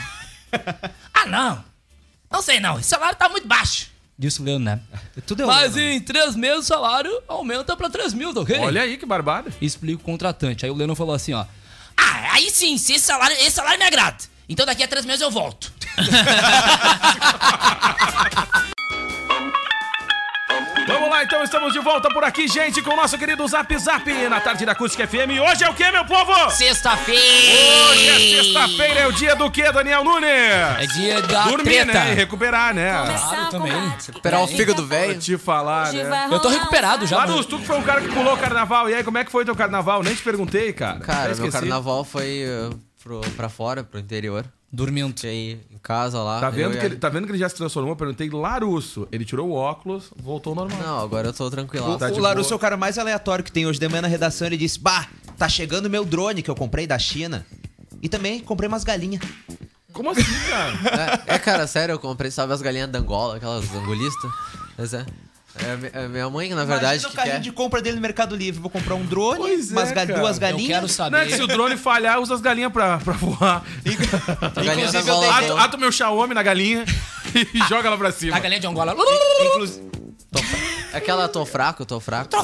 Speaker 1: ah, não. Não sei não, esse salário tá muito baixo. Disse o Leno, né?
Speaker 3: Tudo é
Speaker 1: Mas
Speaker 3: Leno.
Speaker 1: em três meses o salário aumenta pra 3 mil, tá ok?
Speaker 2: Olha aí que barbada.
Speaker 1: Explica o contratante. Aí o Leno falou assim, ó. Ah, aí sim, se esse salário, esse salário me agrada. Então daqui a três meses eu volto.
Speaker 2: Vamos lá, então, estamos de volta por aqui, gente, com o nosso querido Zap Zap na tarde da Acústica FM. E Hoje é o quê, meu povo?
Speaker 1: Sexta-feira!
Speaker 2: Hoje é sexta-feira, é o dia do quê, Daniel Nunes?
Speaker 1: É dia da
Speaker 2: Dormir,
Speaker 1: treta.
Speaker 2: né? E recuperar, né?
Speaker 8: Claro
Speaker 1: Ah, também.
Speaker 4: Recuperar o fígado velho.
Speaker 2: Te falar, né?
Speaker 1: Eu tô recuperado já,
Speaker 2: Larus,
Speaker 1: mano.
Speaker 2: tu que foi um cara que pulou o carnaval. E aí, como é que foi teu carnaval? Nem te perguntei, cara.
Speaker 4: Cara,
Speaker 2: Já
Speaker 4: meu
Speaker 2: esqueci.
Speaker 4: carnaval foi eh, pro, pra fora, pro interior.
Speaker 1: Dormindo.
Speaker 4: Fiquei em casa lá.
Speaker 2: Tá
Speaker 4: eu
Speaker 2: vendo,
Speaker 4: e
Speaker 2: que
Speaker 4: a-
Speaker 2: ele, tá vendo que ele já se transformou? Eu perguntei Larusso. Ele tirou o óculos, voltou ao normal.
Speaker 4: Não, agora eu tô tranquilo.
Speaker 2: Tá de
Speaker 3: O Larusso é o cara mais aleatório que tem hoje de manhã na redação. Ele disse: Bah, tá chegando meu drone que eu comprei da China. E também comprei umas galinhas.
Speaker 2: Como assim, cara?
Speaker 4: É, é, cara, sério, eu comprei, sabe, as galinhas da Angola, aquelas angolistas. Mas é. É, mi- é minha mãe, na verdade,
Speaker 3: Imagina o
Speaker 4: que
Speaker 3: carrinho
Speaker 4: quer.
Speaker 3: de compra dele no Mercado Livre. Vou comprar um drone,
Speaker 2: Pois é,
Speaker 3: umas ga-
Speaker 2: cara.
Speaker 3: duas
Speaker 2: Eu
Speaker 1: Eu
Speaker 3: galinhas.
Speaker 1: quero
Speaker 2: Não é que
Speaker 1: saber.
Speaker 2: se o drone falhar, usa as galinhas pra, pra voar.
Speaker 4: A galinha da
Speaker 3: Inclusive, eu
Speaker 4: Angola.
Speaker 3: tenho-
Speaker 2: Ato,
Speaker 4: voa.
Speaker 2: ato meu Xiaomi na galinha e joga ela pra cima.
Speaker 1: A galinha de Angola.
Speaker 4: Aquela tô fraco, tô fraco.
Speaker 2: Tô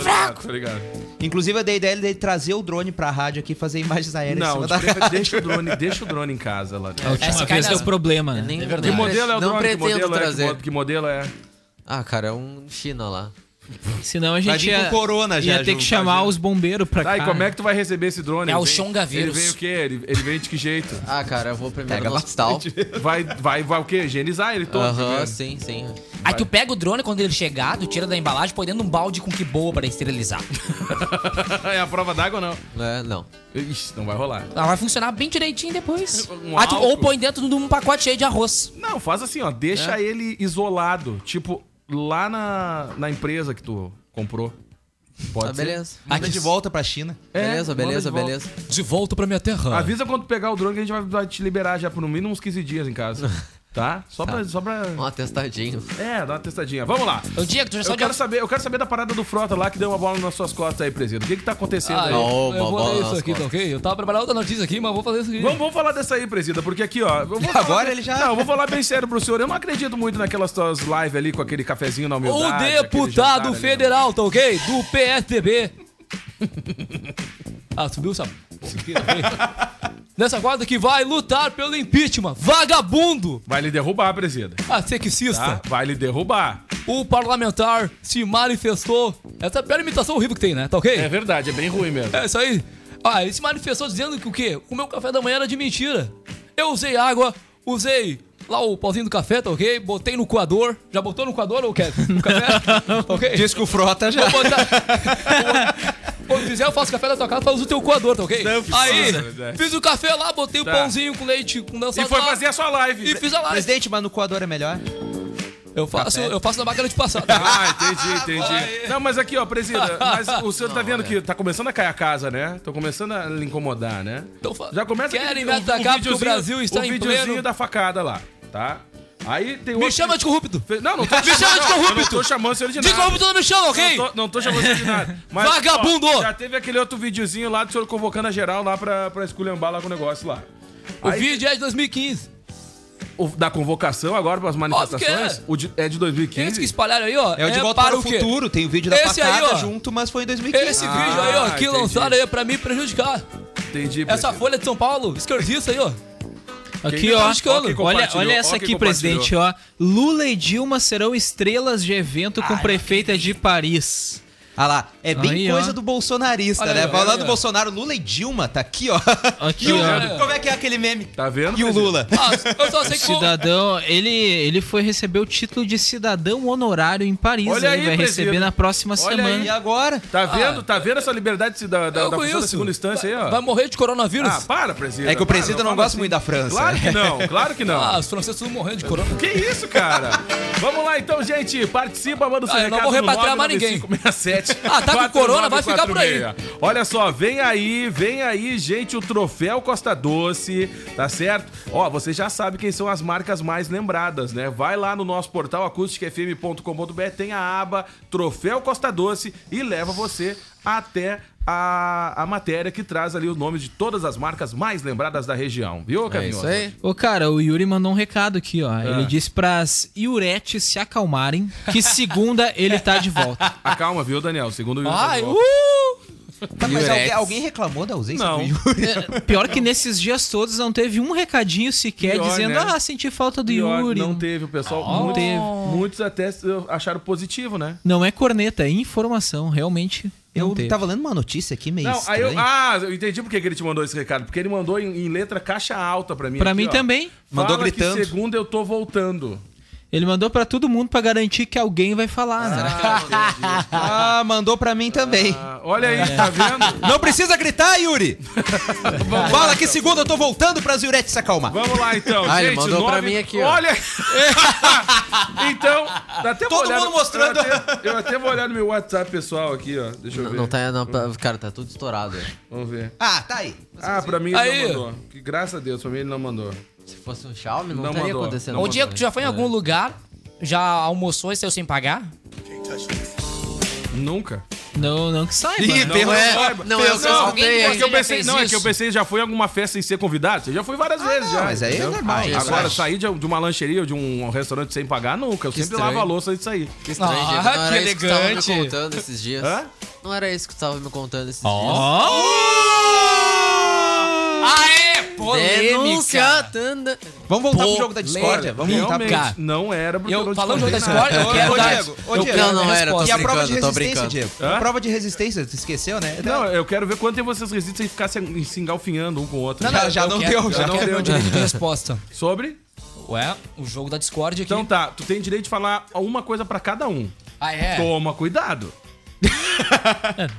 Speaker 2: fraco. Obrigado.
Speaker 3: Inclusive, eu dei a ideia dele trazer o drone pra rádio aqui e fazer imagens aéreas em
Speaker 2: Não,
Speaker 3: cima da
Speaker 2: deixa-
Speaker 3: rádio.
Speaker 2: deixa o drone, deixa o drone em casa lá.
Speaker 5: A última
Speaker 1: Essa
Speaker 5: vez
Speaker 1: cara-
Speaker 5: deu problema, né?
Speaker 4: Nem,
Speaker 2: Que
Speaker 4: nem
Speaker 2: modelo é o
Speaker 4: É Não
Speaker 2: drone? Que
Speaker 4: pretendo
Speaker 2: modelo, é? Que,
Speaker 4: trazer.
Speaker 2: mo- que modelo é?
Speaker 4: Ah, cara, é um China lá.
Speaker 5: Senão a
Speaker 3: Vai
Speaker 5: gente
Speaker 3: vir com
Speaker 5: ia,
Speaker 3: corona já.
Speaker 5: ia ter que
Speaker 3: junto.
Speaker 5: chamar os bombeiros pra cá.
Speaker 2: Tá, e como é que tu vai receber esse drone?
Speaker 1: É
Speaker 2: Ele
Speaker 1: o
Speaker 2: vem-
Speaker 1: Xongavírus.
Speaker 2: Ele vem o quê? Ele, ele vem de que jeito?
Speaker 4: Ah, cara, eu vou primeiro
Speaker 3: Pega
Speaker 4: no hospital.
Speaker 2: Vai, vai, vai o quê? Higienizar ele todo.
Speaker 4: Aham,
Speaker 2: primeiro.
Speaker 4: sim, sim.
Speaker 1: Aí tu pega o drone quando ele chegar, tu tira da embalagem, põe dentro de um balde com que boa pra esterilizar.
Speaker 2: é a prova d'água ou não?
Speaker 4: É, não.
Speaker 2: Ixi, não vai rolar.
Speaker 1: Ela vai funcionar bem direitinho depois.
Speaker 2: Um
Speaker 1: Aí tu- ou
Speaker 2: álcool.
Speaker 1: põe dentro de um pacote cheio de arroz.
Speaker 2: Não, faz assim, ó. Deixa
Speaker 4: É.
Speaker 2: ele isolado. Tipo, lá na, na empresa que tu comprou. Pode
Speaker 4: Ah,
Speaker 2: ser?
Speaker 4: beleza.
Speaker 3: Manda de volta pra China.
Speaker 2: É,
Speaker 4: Beleza,
Speaker 2: manda
Speaker 4: beleza,
Speaker 2: de volta.
Speaker 4: beleza.
Speaker 1: De volta pra minha terra.
Speaker 2: Avisa quando tu pegar o drone que a gente vai- vai te liberar já por no mínimo uns 15 dias em casa. Tá? Só pra. Só pra...
Speaker 4: Um atestadinho.
Speaker 2: É, dá uma testadinha. Vamos lá.
Speaker 1: Eu digo que tu já
Speaker 2: Eu
Speaker 1: saiu de
Speaker 2: quero, saber, eu quero saber da parada do Frota lá que deu uma bola nas suas costas aí, presidente. O que que tá acontecendo
Speaker 1: Ah,
Speaker 2: aí?
Speaker 1: eu,
Speaker 4: Não,
Speaker 1: eu vou
Speaker 4: bola
Speaker 1: ler
Speaker 4: nas
Speaker 1: isso aqui, tá
Speaker 4: costas.
Speaker 1: ok? Eu tava preparando outra notícia aqui, mas vou fazer isso aqui.
Speaker 2: Vamos, vamos falar dessa aí, presida, porque aqui, ó. eu vou falar
Speaker 3: Agora
Speaker 2: bem-
Speaker 3: ele já-
Speaker 2: Não, eu vou falar bem sério pro senhor. Eu não acredito muito naquelas tuas lives ali com aquele cafezinho na
Speaker 1: O
Speaker 2: humildade. aquele jantar
Speaker 1: deputado
Speaker 2: ali, né?
Speaker 1: federal, tá ok? Do PSDB. ah, subiu essa. Nessa quarta que vai lutar pelo impeachment. Vagabundo! Ah,
Speaker 2: não. Vai lhe derrubar, presida.
Speaker 1: Assexista.
Speaker 2: Tá? Vai lhe derrubar.
Speaker 1: O parlamentar se manifestou. Essa é a pior imitação horrível que tem, né? Tá ok?
Speaker 2: É verdade, é bem ruim mesmo.
Speaker 1: É isso aí. Ah, ele se manifestou dizendo que o quê? O meu café da manhã era de mentira. Eu usei água, usei lá o pauzinho do café, tá ok? Botei no coador. Já botou no coador ou quer? No café? Tá ok?
Speaker 3: Diz que o Frota já.
Speaker 1: Vou botar- Quando quiser, eu faço café na tua casa, faz o teu coador, tá ok? Aí,
Speaker 2: precisa. né? É.
Speaker 1: fiz o café lá, botei o
Speaker 2: Tá.
Speaker 1: pãozinho com leite, com dançado
Speaker 2: E foi
Speaker 1: lá,
Speaker 2: fazer a sua live.
Speaker 1: E fiz a live.
Speaker 3: Presidente, mas no coador é melhor.
Speaker 1: Eu faço,
Speaker 3: Café.
Speaker 1: eu faço na máquina de passar. tá?
Speaker 2: Ah, entendi, entendi. Não, mas aqui, ó, presida, mas o senhor tá vendo que tá começando a cair a casa, né? Tô começando a lhe incomodar, né?
Speaker 1: Então fa-
Speaker 2: Já começa
Speaker 1: Querem
Speaker 2: aquele-
Speaker 1: me atacar porque o
Speaker 2: videozinho-
Speaker 1: Brasil está
Speaker 2: o
Speaker 1: em
Speaker 2: videozinho
Speaker 1: pleno-
Speaker 2: da facada lá, tá? Aí tem
Speaker 1: Me chama de corrupto.
Speaker 2: Fe- Não, não tô
Speaker 1: Me chama de
Speaker 2: não, eu
Speaker 1: corrupto.
Speaker 2: Não tô chamando o senhor de nada.
Speaker 1: De corrupto não me chama, ok?
Speaker 2: Não tô, não tô chamando o senhor de nada. Mas,
Speaker 1: Vagabundo!
Speaker 2: ó, já teve aquele outro videozinho lá do senhor convocando a geral lá pra, pra esculhambar lá com o negócio lá.
Speaker 1: O
Speaker 2: Aí-
Speaker 1: vídeo é de 2015.
Speaker 2: O da convocação agora pras manifestações
Speaker 1: Óbvio
Speaker 2: o de- é de
Speaker 1: Esse que
Speaker 2: 2015.
Speaker 1: espalharam aí, ó.
Speaker 3: É o de volta para o
Speaker 1: quê?
Speaker 3: futuro. Tem o vídeo da
Speaker 1: Esse aí,
Speaker 3: facada
Speaker 1: ó.
Speaker 3: junto, mas foi em 2015.
Speaker 1: Esse
Speaker 2: Ah,
Speaker 1: vídeo aí, ó, que
Speaker 2: entendi.
Speaker 1: lançaram aí pra me prejudicar.
Speaker 2: Entendi.
Speaker 1: é Essa
Speaker 2: presidente.
Speaker 1: folha de São Paulo, esquerdista aí, ó.
Speaker 5: Aqui,
Speaker 2: Quem
Speaker 5: ó.
Speaker 1: compartilhou,
Speaker 2: quem
Speaker 5: tá Olha,
Speaker 2: compartilhou,
Speaker 5: olha essa
Speaker 2: ó, quem
Speaker 5: aqui, presidente, ó. Lula e Dilma serão estrelas de evento com prefeita de Paris.
Speaker 3: Ah lá, é bem
Speaker 5: Aí,
Speaker 3: coisa
Speaker 5: ó.
Speaker 3: do bolsonarista,
Speaker 1: Olha
Speaker 3: né?
Speaker 1: aí, ó,
Speaker 3: Falando
Speaker 1: olha aí, ó.
Speaker 3: Bolsonaro, Lula e Dilma, tá aqui, ó.
Speaker 5: Aqui,
Speaker 3: E o-
Speaker 5: ó.
Speaker 3: como é que é aquele meme?
Speaker 2: Tá
Speaker 1: né?
Speaker 2: vendo?
Speaker 3: E o
Speaker 2: presidente?
Speaker 3: Lula?
Speaker 1: Ah, eu
Speaker 7: assim
Speaker 1: só sei que vou-
Speaker 5: Cidadão, ele, ele foi receber o título de cidadão honorário em Paris.
Speaker 2: Olha
Speaker 5: Ele
Speaker 2: aí,
Speaker 5: vai
Speaker 2: presidente.
Speaker 5: receber na próxima
Speaker 2: Olha
Speaker 5: semana.
Speaker 2: aí.
Speaker 3: E agora?
Speaker 2: Tá vendo? Tá vendo essa liberdade de- da, da,
Speaker 1: Ah. Eu
Speaker 2: da pessoa da
Speaker 1: conheço.
Speaker 2: segunda instância aí, ó?
Speaker 1: Vai morrer de coronavírus?
Speaker 2: Ah, para, presidente.
Speaker 3: É que o presidente não
Speaker 2: fala assim.
Speaker 3: gosta muito da França.
Speaker 2: Claro que não, claro que não.
Speaker 1: Ah, os franceses estão morrendo de corona.
Speaker 2: Que isso, cara? Vamos lá então, gente. Participa, manda o seu
Speaker 1: Ah, eu não
Speaker 2: recado
Speaker 1: vou
Speaker 2: no
Speaker 1: repatriar mais ninguém.
Speaker 2: 99567
Speaker 1: Ah, tá com corona, vai ficar por aí.
Speaker 2: 4946. Olha só, vem aí, vem aí, gente, o troféu Costa Doce, tá certo? Ó, você já sabe quem são as marcas mais lembradas, né? Vai lá no nosso portal acusticfm.com.br, tem a aba Troféu Costa Doce e leva você até a, a matéria que traz ali os nomes de todas as marcas mais lembradas da região, viu,
Speaker 4: É
Speaker 2: Caminhoso?
Speaker 4: isso aí.
Speaker 5: Ô, cara, o Yuri mandou um recado aqui,
Speaker 3: Ah.
Speaker 5: ó. Ele disse pras Iuretes se acalmarem, que segunda ele tá de volta.
Speaker 2: Acalma, viu, Daniel? Segundo o Yuri
Speaker 1: Ai,
Speaker 2: Daniel.
Speaker 1: uh!
Speaker 3: Tá, mas
Speaker 4: Yurex.
Speaker 3: alguém, alguém reclamou da ausência
Speaker 2: Não.
Speaker 3: do Yuri?
Speaker 5: É, Pior que nesses dias todos não teve um recadinho sequer
Speaker 2: Pior,
Speaker 5: dizendo,
Speaker 2: né?
Speaker 5: ah, senti falta do
Speaker 2: Pior,
Speaker 5: Yuri.
Speaker 2: Não teve, o pessoal.
Speaker 5: Não
Speaker 2: muitos,
Speaker 5: teve.
Speaker 2: muitos até s- acharam positivo, né?
Speaker 5: Não é corneta, é informação, realmente. Não
Speaker 3: Eu
Speaker 5: teve.
Speaker 3: tava lendo uma notícia aqui
Speaker 4: É
Speaker 3: meio
Speaker 2: Não, aí
Speaker 3: estranha.
Speaker 2: eu, ah, eu entendi por que que ele te mandou esse recado. Porque ele mandou em, em letra caixa alta pra mim.
Speaker 5: Pra
Speaker 2: aqui,
Speaker 5: mim
Speaker 2: ó.
Speaker 5: também.
Speaker 3: Mandou
Speaker 2: Fala
Speaker 3: gritando.
Speaker 2: Que segunda eu tô voltando.
Speaker 5: Ele mandou pra todo mundo pra garantir que alguém vai falar, né?
Speaker 3: Ah, mandou pra mim também.
Speaker 2: Ah, olha aí,
Speaker 4: É.
Speaker 2: tá vendo?
Speaker 3: Não precisa gritar, Yuri! Fala que segunda eu tô voltando pra Zurete se acalmar.
Speaker 2: Vamos lá então,
Speaker 4: Ah, ele
Speaker 2: gente.
Speaker 4: mandou
Speaker 2: nove-
Speaker 4: pra mim aqui, ó.
Speaker 2: Olha! então, dá até uma
Speaker 3: Todo
Speaker 2: olhada-
Speaker 3: mundo mostrando.
Speaker 2: Eu até, eu até vou olhar no meu WhatsApp pessoal aqui, ó. Deixa eu
Speaker 4: Não,
Speaker 2: ver.
Speaker 4: não tá, não, tá- cara, tá tudo estourado.
Speaker 2: Vamos ver.
Speaker 3: Ah, tá aí.
Speaker 2: Ah, pra mim
Speaker 1: Aí.
Speaker 2: ele não mandou. Que graças a Deus, pra mim ele não mandou.
Speaker 4: Se fosse um Xiaomi, não,
Speaker 2: Não
Speaker 4: estaria
Speaker 2: mandou.
Speaker 4: acontecendo.
Speaker 2: Não
Speaker 1: Ô, Diego, tu já foi em algum lugar? Já almoçou e saiu sem pagar?
Speaker 2: Nunca.
Speaker 5: Não, não que saiba.
Speaker 3: Ih,
Speaker 5: né?
Speaker 3: perdeu.
Speaker 4: é, não, eu só
Speaker 1: alguém
Speaker 4: escutei aí.
Speaker 2: É que eu
Speaker 1: Ele já
Speaker 2: pensei,
Speaker 1: fez
Speaker 2: não, é que eu
Speaker 1: isso.
Speaker 2: pensei, já fui em alguma festa sem ser convidado? Eu já fui várias vezes, já.
Speaker 3: mas aí é
Speaker 2: entendeu?
Speaker 3: normal,
Speaker 2: Ah,
Speaker 3: isso eu
Speaker 2: Agora,
Speaker 3: acho.
Speaker 2: sair de, de uma lancheria ou de um restaurante sem pagar, nunca. Eu sempre
Speaker 4: estranho.
Speaker 2: lavo a louça antes de sair.
Speaker 3: tá
Speaker 4: Que estranho,
Speaker 1: Ah,
Speaker 4: Diego, não
Speaker 1: que
Speaker 4: era isso que tu tava me
Speaker 1: elegante.
Speaker 4: contando esses dias.
Speaker 2: Hã?
Speaker 4: Não era isso que tu tava me contando esses
Speaker 1: Aê,
Speaker 4: dias. Denúncia!
Speaker 1: polêmica!
Speaker 4: tanda-
Speaker 3: Vamos voltar pro jogo da discórdia. Vamos voltar pro
Speaker 2: Realmente,
Speaker 1: Cara,
Speaker 2: não era porque
Speaker 1: Eu,
Speaker 2: não
Speaker 1: falando de jogo da
Speaker 2: te contei
Speaker 1: escola, eu
Speaker 3: Ô,
Speaker 1: quero
Speaker 3: ô,
Speaker 1: dar...
Speaker 3: Diego, ô,
Speaker 1: eu
Speaker 3: Diego.
Speaker 1: quero
Speaker 4: Não,
Speaker 1: dar
Speaker 4: não era,
Speaker 1: resposta.
Speaker 3: E a prova de
Speaker 4: brincando, tô
Speaker 3: resistência,
Speaker 4: brincando.
Speaker 3: Diego?
Speaker 2: Hã?
Speaker 3: A prova de resistência, tu esqueceu, né?
Speaker 2: nada. Não, eu quero ver quanto tempo vocês resistem sem ficar se, se engalfinhando um com o outro. Então,
Speaker 3: Não, não, já não
Speaker 1: quero-
Speaker 3: deu,
Speaker 1: eu
Speaker 3: já não
Speaker 1: quero
Speaker 3: deu.
Speaker 1: meu direito de resposta.
Speaker 2: Sobre?
Speaker 1: Ué, o jogo da Discord aqui.
Speaker 2: Então tá, tu tem direito de falar uma coisa pra cada um.
Speaker 1: ah, é?
Speaker 2: Toma cuidado.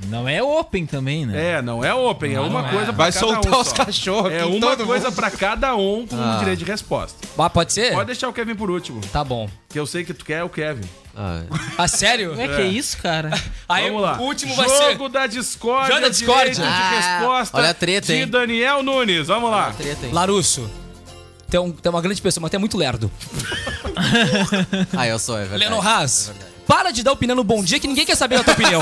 Speaker 5: Não é open também, né?
Speaker 2: É, não é open, é uma coisa pra
Speaker 3: Vai
Speaker 2: cada um.
Speaker 3: soltar os
Speaker 2: só.
Speaker 3: cachorros
Speaker 2: É
Speaker 3: aqui em
Speaker 2: uma
Speaker 3: todo
Speaker 2: coisa
Speaker 3: mundo. É.
Speaker 2: pra cada um com direito de resposta.
Speaker 1: Ah, pode ser?
Speaker 2: Pode deixar o Kevin por último,
Speaker 1: Tá bom.
Speaker 2: que eu sei que tu quer é o Kevin.
Speaker 4: Ah,
Speaker 1: Ah, sério?
Speaker 5: Como é que é isso, cara?
Speaker 1: Aí
Speaker 2: Vamos lá.
Speaker 1: o último
Speaker 2: Jogo
Speaker 1: vai ser...
Speaker 2: da discórdia.
Speaker 1: Jogo da discórdia.
Speaker 2: direito
Speaker 4: Ah,
Speaker 2: de resposta.
Speaker 4: olha a treta,
Speaker 2: De
Speaker 4: hein?
Speaker 2: Daniel Nunes. Vamos lá.
Speaker 4: treta, hein?
Speaker 1: Larusso. Tu é, um- tu é uma grande pessoa, mas tu é muito lerdo.
Speaker 4: Ah, eu sou, é verdade.
Speaker 1: Leno Haas, para de dar opinião no Bom Dia que ninguém quer saber da tua opinião.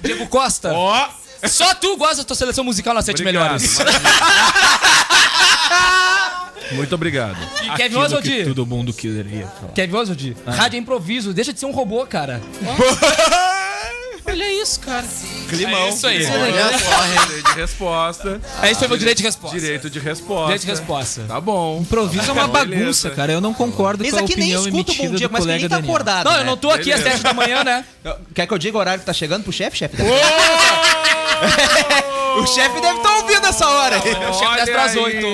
Speaker 1: Diego Costa,
Speaker 2: Ó.
Speaker 1: só tu gosta da tua seleção musical nas sete
Speaker 2: Obrigado.
Speaker 1: melhores.
Speaker 2: Muito obrigado.
Speaker 1: E Kevin Oswald,
Speaker 5: Todo mundo queria falar.
Speaker 1: Kevin Oswald,
Speaker 3: Ah.
Speaker 1: rádio é improviso, deixa de ser um robô, cara.
Speaker 5: Olha isso, cara.
Speaker 1: Climão. É isso aí.
Speaker 4: Olha só, hein?
Speaker 2: Direito de resposta.
Speaker 1: É isso aí, meu direito de resposta.
Speaker 2: Direito de resposta.
Speaker 1: Direito de resposta.
Speaker 2: Tá bom.
Speaker 5: Improviso é uma
Speaker 2: Tá bom, beleza.
Speaker 5: bagunça, cara. Eu não concordo
Speaker 3: Esse
Speaker 5: com a
Speaker 3: aqui é nem
Speaker 5: opinião
Speaker 3: escuta o bom
Speaker 5: emitida
Speaker 3: dia,
Speaker 5: do
Speaker 3: mas que
Speaker 5: colega
Speaker 3: nem tá
Speaker 5: Daniel.
Speaker 3: acordado.
Speaker 1: Não,
Speaker 3: né?
Speaker 1: eu não tô aqui às 10 da manhã, né?
Speaker 3: Quer que eu diga o horário que tá chegando pro chefe, chefe? o chefe deve estar ouvindo essa hora.
Speaker 1: Eu chego 10 pras
Speaker 2: aí.
Speaker 1: 8.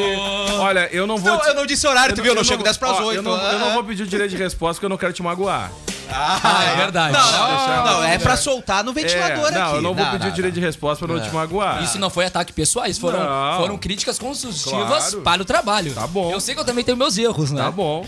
Speaker 2: Olha, eu não vou.
Speaker 3: Não,
Speaker 1: Então,
Speaker 2: te-
Speaker 3: eu não disse horário, tu viu? Eu não chego 10 pras né? é.
Speaker 2: ó,
Speaker 3: 8.
Speaker 2: Eu não, eu não vou pedir o direito de resposta porque eu não quero te magoar.
Speaker 1: Ah, é verdade.
Speaker 3: Não, não,
Speaker 2: Deixa
Speaker 3: não, é pra soltar no
Speaker 2: É,
Speaker 3: ventilador
Speaker 2: não,
Speaker 3: aqui.
Speaker 2: eu não vou pedir o
Speaker 3: não, É.
Speaker 2: direito de resposta pra não te magoar.
Speaker 1: Isso não foi ataque pessoais, foram,
Speaker 2: Não.
Speaker 1: foram críticas construtivas
Speaker 2: Claro.
Speaker 1: para o trabalho.
Speaker 2: Tá bom.
Speaker 1: Eu sei que eu também tenho meus erros, né?
Speaker 3: é.
Speaker 2: Tá bom.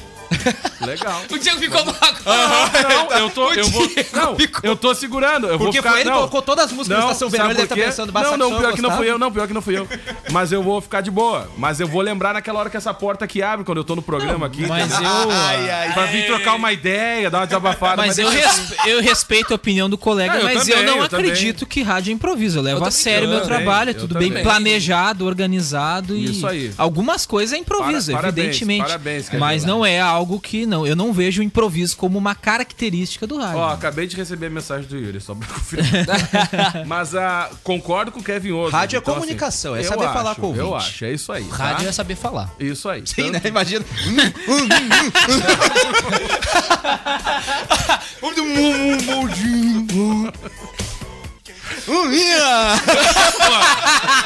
Speaker 2: Legal.
Speaker 1: O Diego ficou mago. agora.
Speaker 2: Não, eu tô.
Speaker 1: O
Speaker 2: Eu vou,
Speaker 1: Diego
Speaker 2: não, eu tô segurando. Eu vou
Speaker 3: Porque
Speaker 2: ficar,
Speaker 3: foi ele que
Speaker 2: não,
Speaker 3: colocou todas as músicas da
Speaker 2: não,
Speaker 3: Estação Vermelha,
Speaker 2: sabe
Speaker 3: ele
Speaker 2: por
Speaker 3: tá
Speaker 2: quê?
Speaker 3: pensando,
Speaker 2: Não,
Speaker 3: Basta
Speaker 2: não,
Speaker 3: Pessoa
Speaker 2: pior que não
Speaker 3: gostava.
Speaker 2: fui eu, não, pior que não fui eu. Mas eu vou ficar de boa. Mas eu vou lembrar naquela hora que essa porta que abre quando eu tô no programa aqui.
Speaker 5: Mas
Speaker 2: entendeu?
Speaker 5: eu,
Speaker 2: pra vir trocar uma ideia, dar uma desabafada.
Speaker 5: mas eu,
Speaker 2: deixa-
Speaker 5: res- eu respeito a opinião do colega,
Speaker 2: Ah, eu
Speaker 5: mas eu
Speaker 2: também,
Speaker 5: não
Speaker 2: eu
Speaker 5: acredito que rádio é improviso. Eu levo a
Speaker 1: também,
Speaker 5: sério
Speaker 1: eu
Speaker 5: meu
Speaker 2: também,
Speaker 5: trabalho, é
Speaker 2: eu
Speaker 5: tudo bem
Speaker 2: também.
Speaker 5: planejado, organizado e
Speaker 2: Isso aí.
Speaker 5: algumas coisas é improviso,
Speaker 2: Para- parabéns,
Speaker 5: evidentemente.
Speaker 2: parabéns, Kevin.
Speaker 5: mas não é algo que não, eu não vejo o improviso como uma característica do rádio.
Speaker 2: Ó, acabei de receber a mensagem do Yuri, só pra confirmar. Mas ah, concordo com o Kevin Oswald.
Speaker 3: Rádio é
Speaker 2: então, assim,
Speaker 3: comunicação, é
Speaker 2: eu
Speaker 3: saber falar
Speaker 2: acho,
Speaker 3: com o
Speaker 2: Eu
Speaker 3: ouvinte.
Speaker 2: acho, é isso aí. tá?
Speaker 1: Rádio é saber falar.
Speaker 2: Isso aí. Então,
Speaker 3: né? Sim, né? Imagina.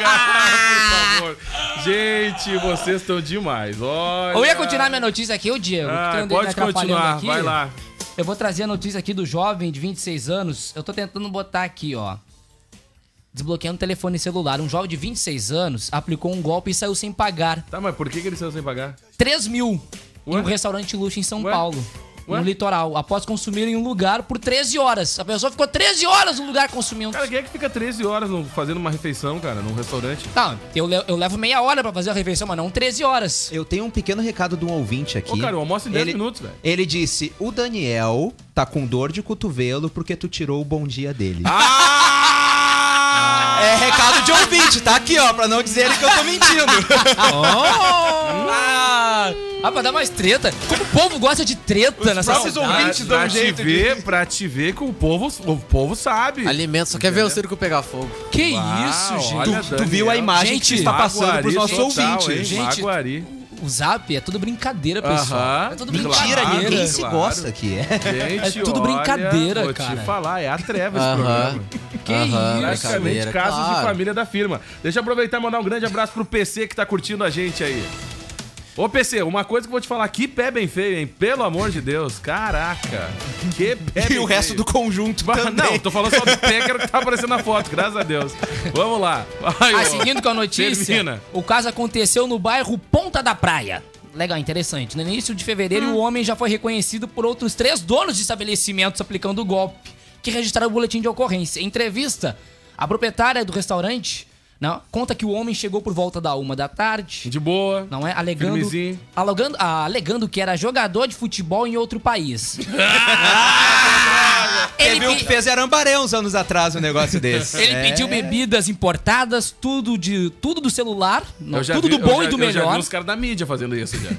Speaker 2: tá, Por favor. Gente, vocês estão demais. Olha.
Speaker 1: Eu ia continuar minha notícia aqui, ô Diego.
Speaker 3: um
Speaker 1: que tu
Speaker 2: Ah,
Speaker 1: andei me
Speaker 2: pode
Speaker 1: atrapalhando
Speaker 2: continuar,
Speaker 1: aqui.
Speaker 2: vai lá.
Speaker 1: Eu vou trazer a notícia aqui do jovem de 26 anos. Eu tô tentando botar aqui, ó. Desbloqueando o telefone celular. Um jovem de 26 anos aplicou um golpe e saiu sem pagar
Speaker 2: Tá, mas por que, que eles estão sem pagar?
Speaker 1: 3 mil
Speaker 2: Ué?
Speaker 1: em um restaurante luxo em São
Speaker 2: Ué?
Speaker 1: Paulo.
Speaker 2: Ué?
Speaker 1: No litoral, após consumir em um lugar por 13 horas. A pessoa ficou 13 horas no lugar consumindo.
Speaker 2: Cara, quem é que fica 13 horas no- fazendo uma refeição, cara, num restaurante?
Speaker 1: Tá, eu, le- eu levo meia hora pra fazer a refeição, mas não 13 horas.
Speaker 3: Eu tenho um pequeno recado de um ouvinte aqui.
Speaker 2: Ô, cara, o almoço em 10
Speaker 3: Ele-
Speaker 2: minutos, velho.
Speaker 3: Ele disse: O Daniel tá com dor de cotovelo porque tu tirou o bom dia dele.
Speaker 2: Ah!
Speaker 3: É recado de ouvinte, tá aqui, ó, pra não dizerem que eu tô mentindo.
Speaker 1: Ah, ah, pra dar mais treta. Como o povo gosta de treta nessa
Speaker 3: próprios
Speaker 1: cidade.
Speaker 3: ouvintes dão um
Speaker 2: pra te
Speaker 3: jeito de-
Speaker 2: ver, pra te ver que o povo, o povo sabe.
Speaker 4: Alimento, só quer ver o circo pegar fogo.
Speaker 1: Que
Speaker 2: Ah,
Speaker 1: isso, gente?
Speaker 2: olha,
Speaker 3: tu viu a imagem
Speaker 1: Gente,
Speaker 3: que está passando pros
Speaker 2: Maguari
Speaker 3: nossos
Speaker 2: total,
Speaker 3: ouvintes.
Speaker 2: hein?
Speaker 1: gente.
Speaker 2: Maguari.
Speaker 1: O zap é tudo brincadeira, pessoal.
Speaker 2: Aham.
Speaker 1: É tudo
Speaker 3: Mentira,
Speaker 1: brincadeira.
Speaker 3: ninguém se
Speaker 2: claro.
Speaker 3: gosta aqui. É.
Speaker 2: Gente,
Speaker 1: É tudo
Speaker 2: olha,
Speaker 1: brincadeira,
Speaker 2: vou
Speaker 1: cara. Ah,
Speaker 2: te falar, é a treva esse
Speaker 4: Aham.
Speaker 2: programa.
Speaker 1: Que
Speaker 4: Aham,
Speaker 1: isso?
Speaker 2: Praticamente
Speaker 4: Brincadeira,
Speaker 2: casos de
Speaker 4: claro.
Speaker 2: família da firma. Deixa eu aproveitar e mandar um grande abraço pro PC que tá curtindo a gente aí. Ô PC, uma coisa que eu vou te falar, que pé bem feio, hein? Pelo amor de Deus, caraca. Que pé
Speaker 3: E
Speaker 2: bem
Speaker 3: o resto
Speaker 2: feio.
Speaker 3: do conjunto
Speaker 2: Bah,
Speaker 3: também.
Speaker 2: É, Não, tô falando só do pé que era o que tá aparecendo na foto, graças a Deus. Vamos lá. Vai,
Speaker 1: Ah,
Speaker 2: ô.
Speaker 1: seguindo com a notícia,
Speaker 2: Termina.
Speaker 1: o caso aconteceu no bairro Ponta da Praia. Legal, interessante. né? No início de fevereiro, o homem já foi reconhecido por outros três donos de estabelecimentos aplicando o golpe, que registraram o boletim de ocorrência. Em entrevista, a proprietária do restaurante não, conta que o homem chegou por volta da uma da tarde,
Speaker 2: De boa.
Speaker 1: não é? Alegando,
Speaker 2: Firmezinho.
Speaker 1: alegando, ah, alegando que era jogador de futebol em outro país.
Speaker 2: Ah!
Speaker 3: Ele viu que fez Arambaré uns anos atrás um negócio desse.
Speaker 1: Ele
Speaker 3: É.
Speaker 1: pediu bebidas importadas, tudo de tudo do celular, não,
Speaker 2: Eu já
Speaker 1: tudo
Speaker 2: vi-
Speaker 1: do bom
Speaker 2: eu já-
Speaker 1: e do
Speaker 2: Eu já vi
Speaker 1: melhor.
Speaker 2: os caras da mídia fazendo isso já.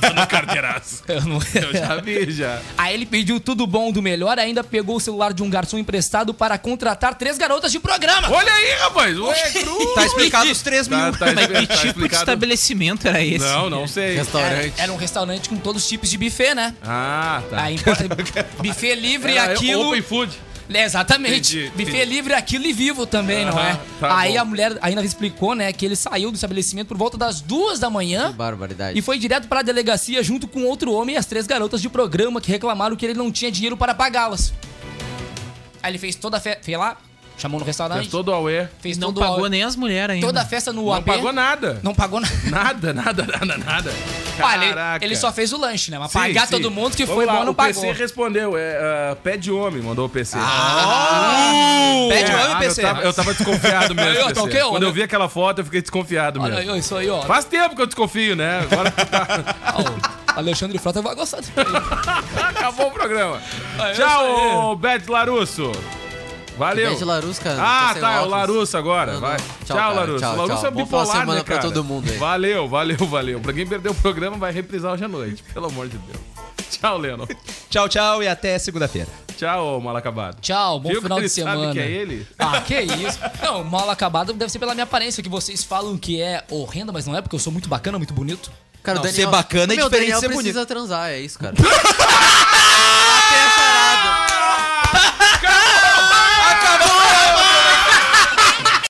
Speaker 2: Dando carteiraço.
Speaker 1: Eu não-
Speaker 2: Eu já vi, já.
Speaker 1: Aí ele pediu tudo bom do melhor, ainda pegou o celular de um garçom emprestado para contratar três garotas de programa.
Speaker 2: Olha aí, rapaz. Ué, cru.
Speaker 3: Tá explicado os 3 mil.
Speaker 2: Tá- tá-
Speaker 5: Mas um que
Speaker 2: tá
Speaker 5: tipo de
Speaker 2: explicado.
Speaker 5: estabelecimento era esse?
Speaker 2: Não, não sei.
Speaker 1: Era,
Speaker 4: Restaurante.
Speaker 1: era um restaurante com todos os tipos de buffet, né?
Speaker 2: Ah, tá.
Speaker 1: Aí, importa- buffet livre,
Speaker 2: Era
Speaker 1: aquilo.
Speaker 2: Open food.
Speaker 1: É, exatamente.
Speaker 2: Entendi,
Speaker 1: Buffet
Speaker 2: entendi.
Speaker 1: livre, é aquilo e vivo também, não é?
Speaker 2: Aham, tá
Speaker 1: Aí
Speaker 2: bom.
Speaker 1: a mulher ainda explicou, né, que ele saiu do estabelecimento por volta das duas da manhã.
Speaker 4: Barbaridade.
Speaker 1: E foi direto para a delegacia junto com outro homem e as três garotas de programa que reclamaram que ele não tinha dinheiro para pagá-las. Aí ele fez toda a festa. Foi lá, chamou no restaurante,
Speaker 2: Fez
Speaker 1: fez,
Speaker 2: todo o Aue.
Speaker 5: Não
Speaker 1: todo
Speaker 5: pagou
Speaker 1: a,
Speaker 5: nem as mulheres ainda.
Speaker 1: toda a festa no
Speaker 2: Não
Speaker 1: AB.
Speaker 2: pagou nada.
Speaker 1: Não pagou nada.
Speaker 2: Nada, nada, nada, nada.
Speaker 1: Olha,
Speaker 2: Caraca.
Speaker 1: ele, ele só fez o lanche, né? Mas
Speaker 2: Sim,
Speaker 1: pagar
Speaker 2: sim.
Speaker 1: todo mundo que
Speaker 2: Vamos
Speaker 1: foi
Speaker 2: lá,
Speaker 1: bom não
Speaker 2: o
Speaker 1: pagou.
Speaker 2: PC respondeu, é, ah, pé de homem, mandou o PC.
Speaker 1: Ah,
Speaker 3: Pede o homem,
Speaker 2: Ah,
Speaker 3: PC.
Speaker 2: Eu tava, eu tava desconfiado mesmo.
Speaker 1: Aí, ó,
Speaker 2: PC.
Speaker 1: tá ok, ó,
Speaker 2: Quando eu
Speaker 1: né?
Speaker 2: vi aquela foto, eu fiquei desconfiado
Speaker 1: Olha
Speaker 2: mesmo.
Speaker 1: aí, ó, isso aí, ó.
Speaker 2: Faz tempo que eu desconfio, né? Agora que tá-
Speaker 1: Ó, o Alexandre Frota vai gostar disso. aí.
Speaker 2: acabou o programa.
Speaker 1: Aí, Ah, é isso aí.
Speaker 2: Tchau, Bete Larusso. Valeu.
Speaker 4: Beijo, Larusca.
Speaker 2: Ah,
Speaker 4: tô sem
Speaker 2: tá, é o
Speaker 4: óculos.
Speaker 2: Larusso agora.
Speaker 4: Não,
Speaker 2: vai.
Speaker 4: não.
Speaker 2: Tchau,
Speaker 4: cara.
Speaker 2: Larusso.
Speaker 4: Tchau,
Speaker 2: Larusso
Speaker 4: tchau.
Speaker 2: é
Speaker 4: Boa
Speaker 2: bipolar,
Speaker 4: semana
Speaker 2: né,
Speaker 4: pra
Speaker 2: cara?
Speaker 4: todo mundo aí.
Speaker 2: Valeu, valeu, valeu. Pra quem perdeu o programa, vai reprisar hoje à noite. Pelo amor de Deus. Tchau, Leno.
Speaker 3: Tchau, tacau e até segunda-feira.
Speaker 2: Tchau, mal acabado.
Speaker 1: Tchau, bom
Speaker 2: Viu que
Speaker 1: final
Speaker 2: ele
Speaker 1: de semana.
Speaker 2: Sabe que é ele?
Speaker 1: Ah, que isso. Não, mal acabado deve ser pela minha aparência, que vocês falam que é horrenda, mas não é porque eu sou muito bacana, muito bonito.
Speaker 4: Cara, o
Speaker 3: Não, ser bacana é
Speaker 4: Meu,
Speaker 3: diferente de
Speaker 4: Daniel
Speaker 3: ser
Speaker 4: precisa transar, é isso, cara.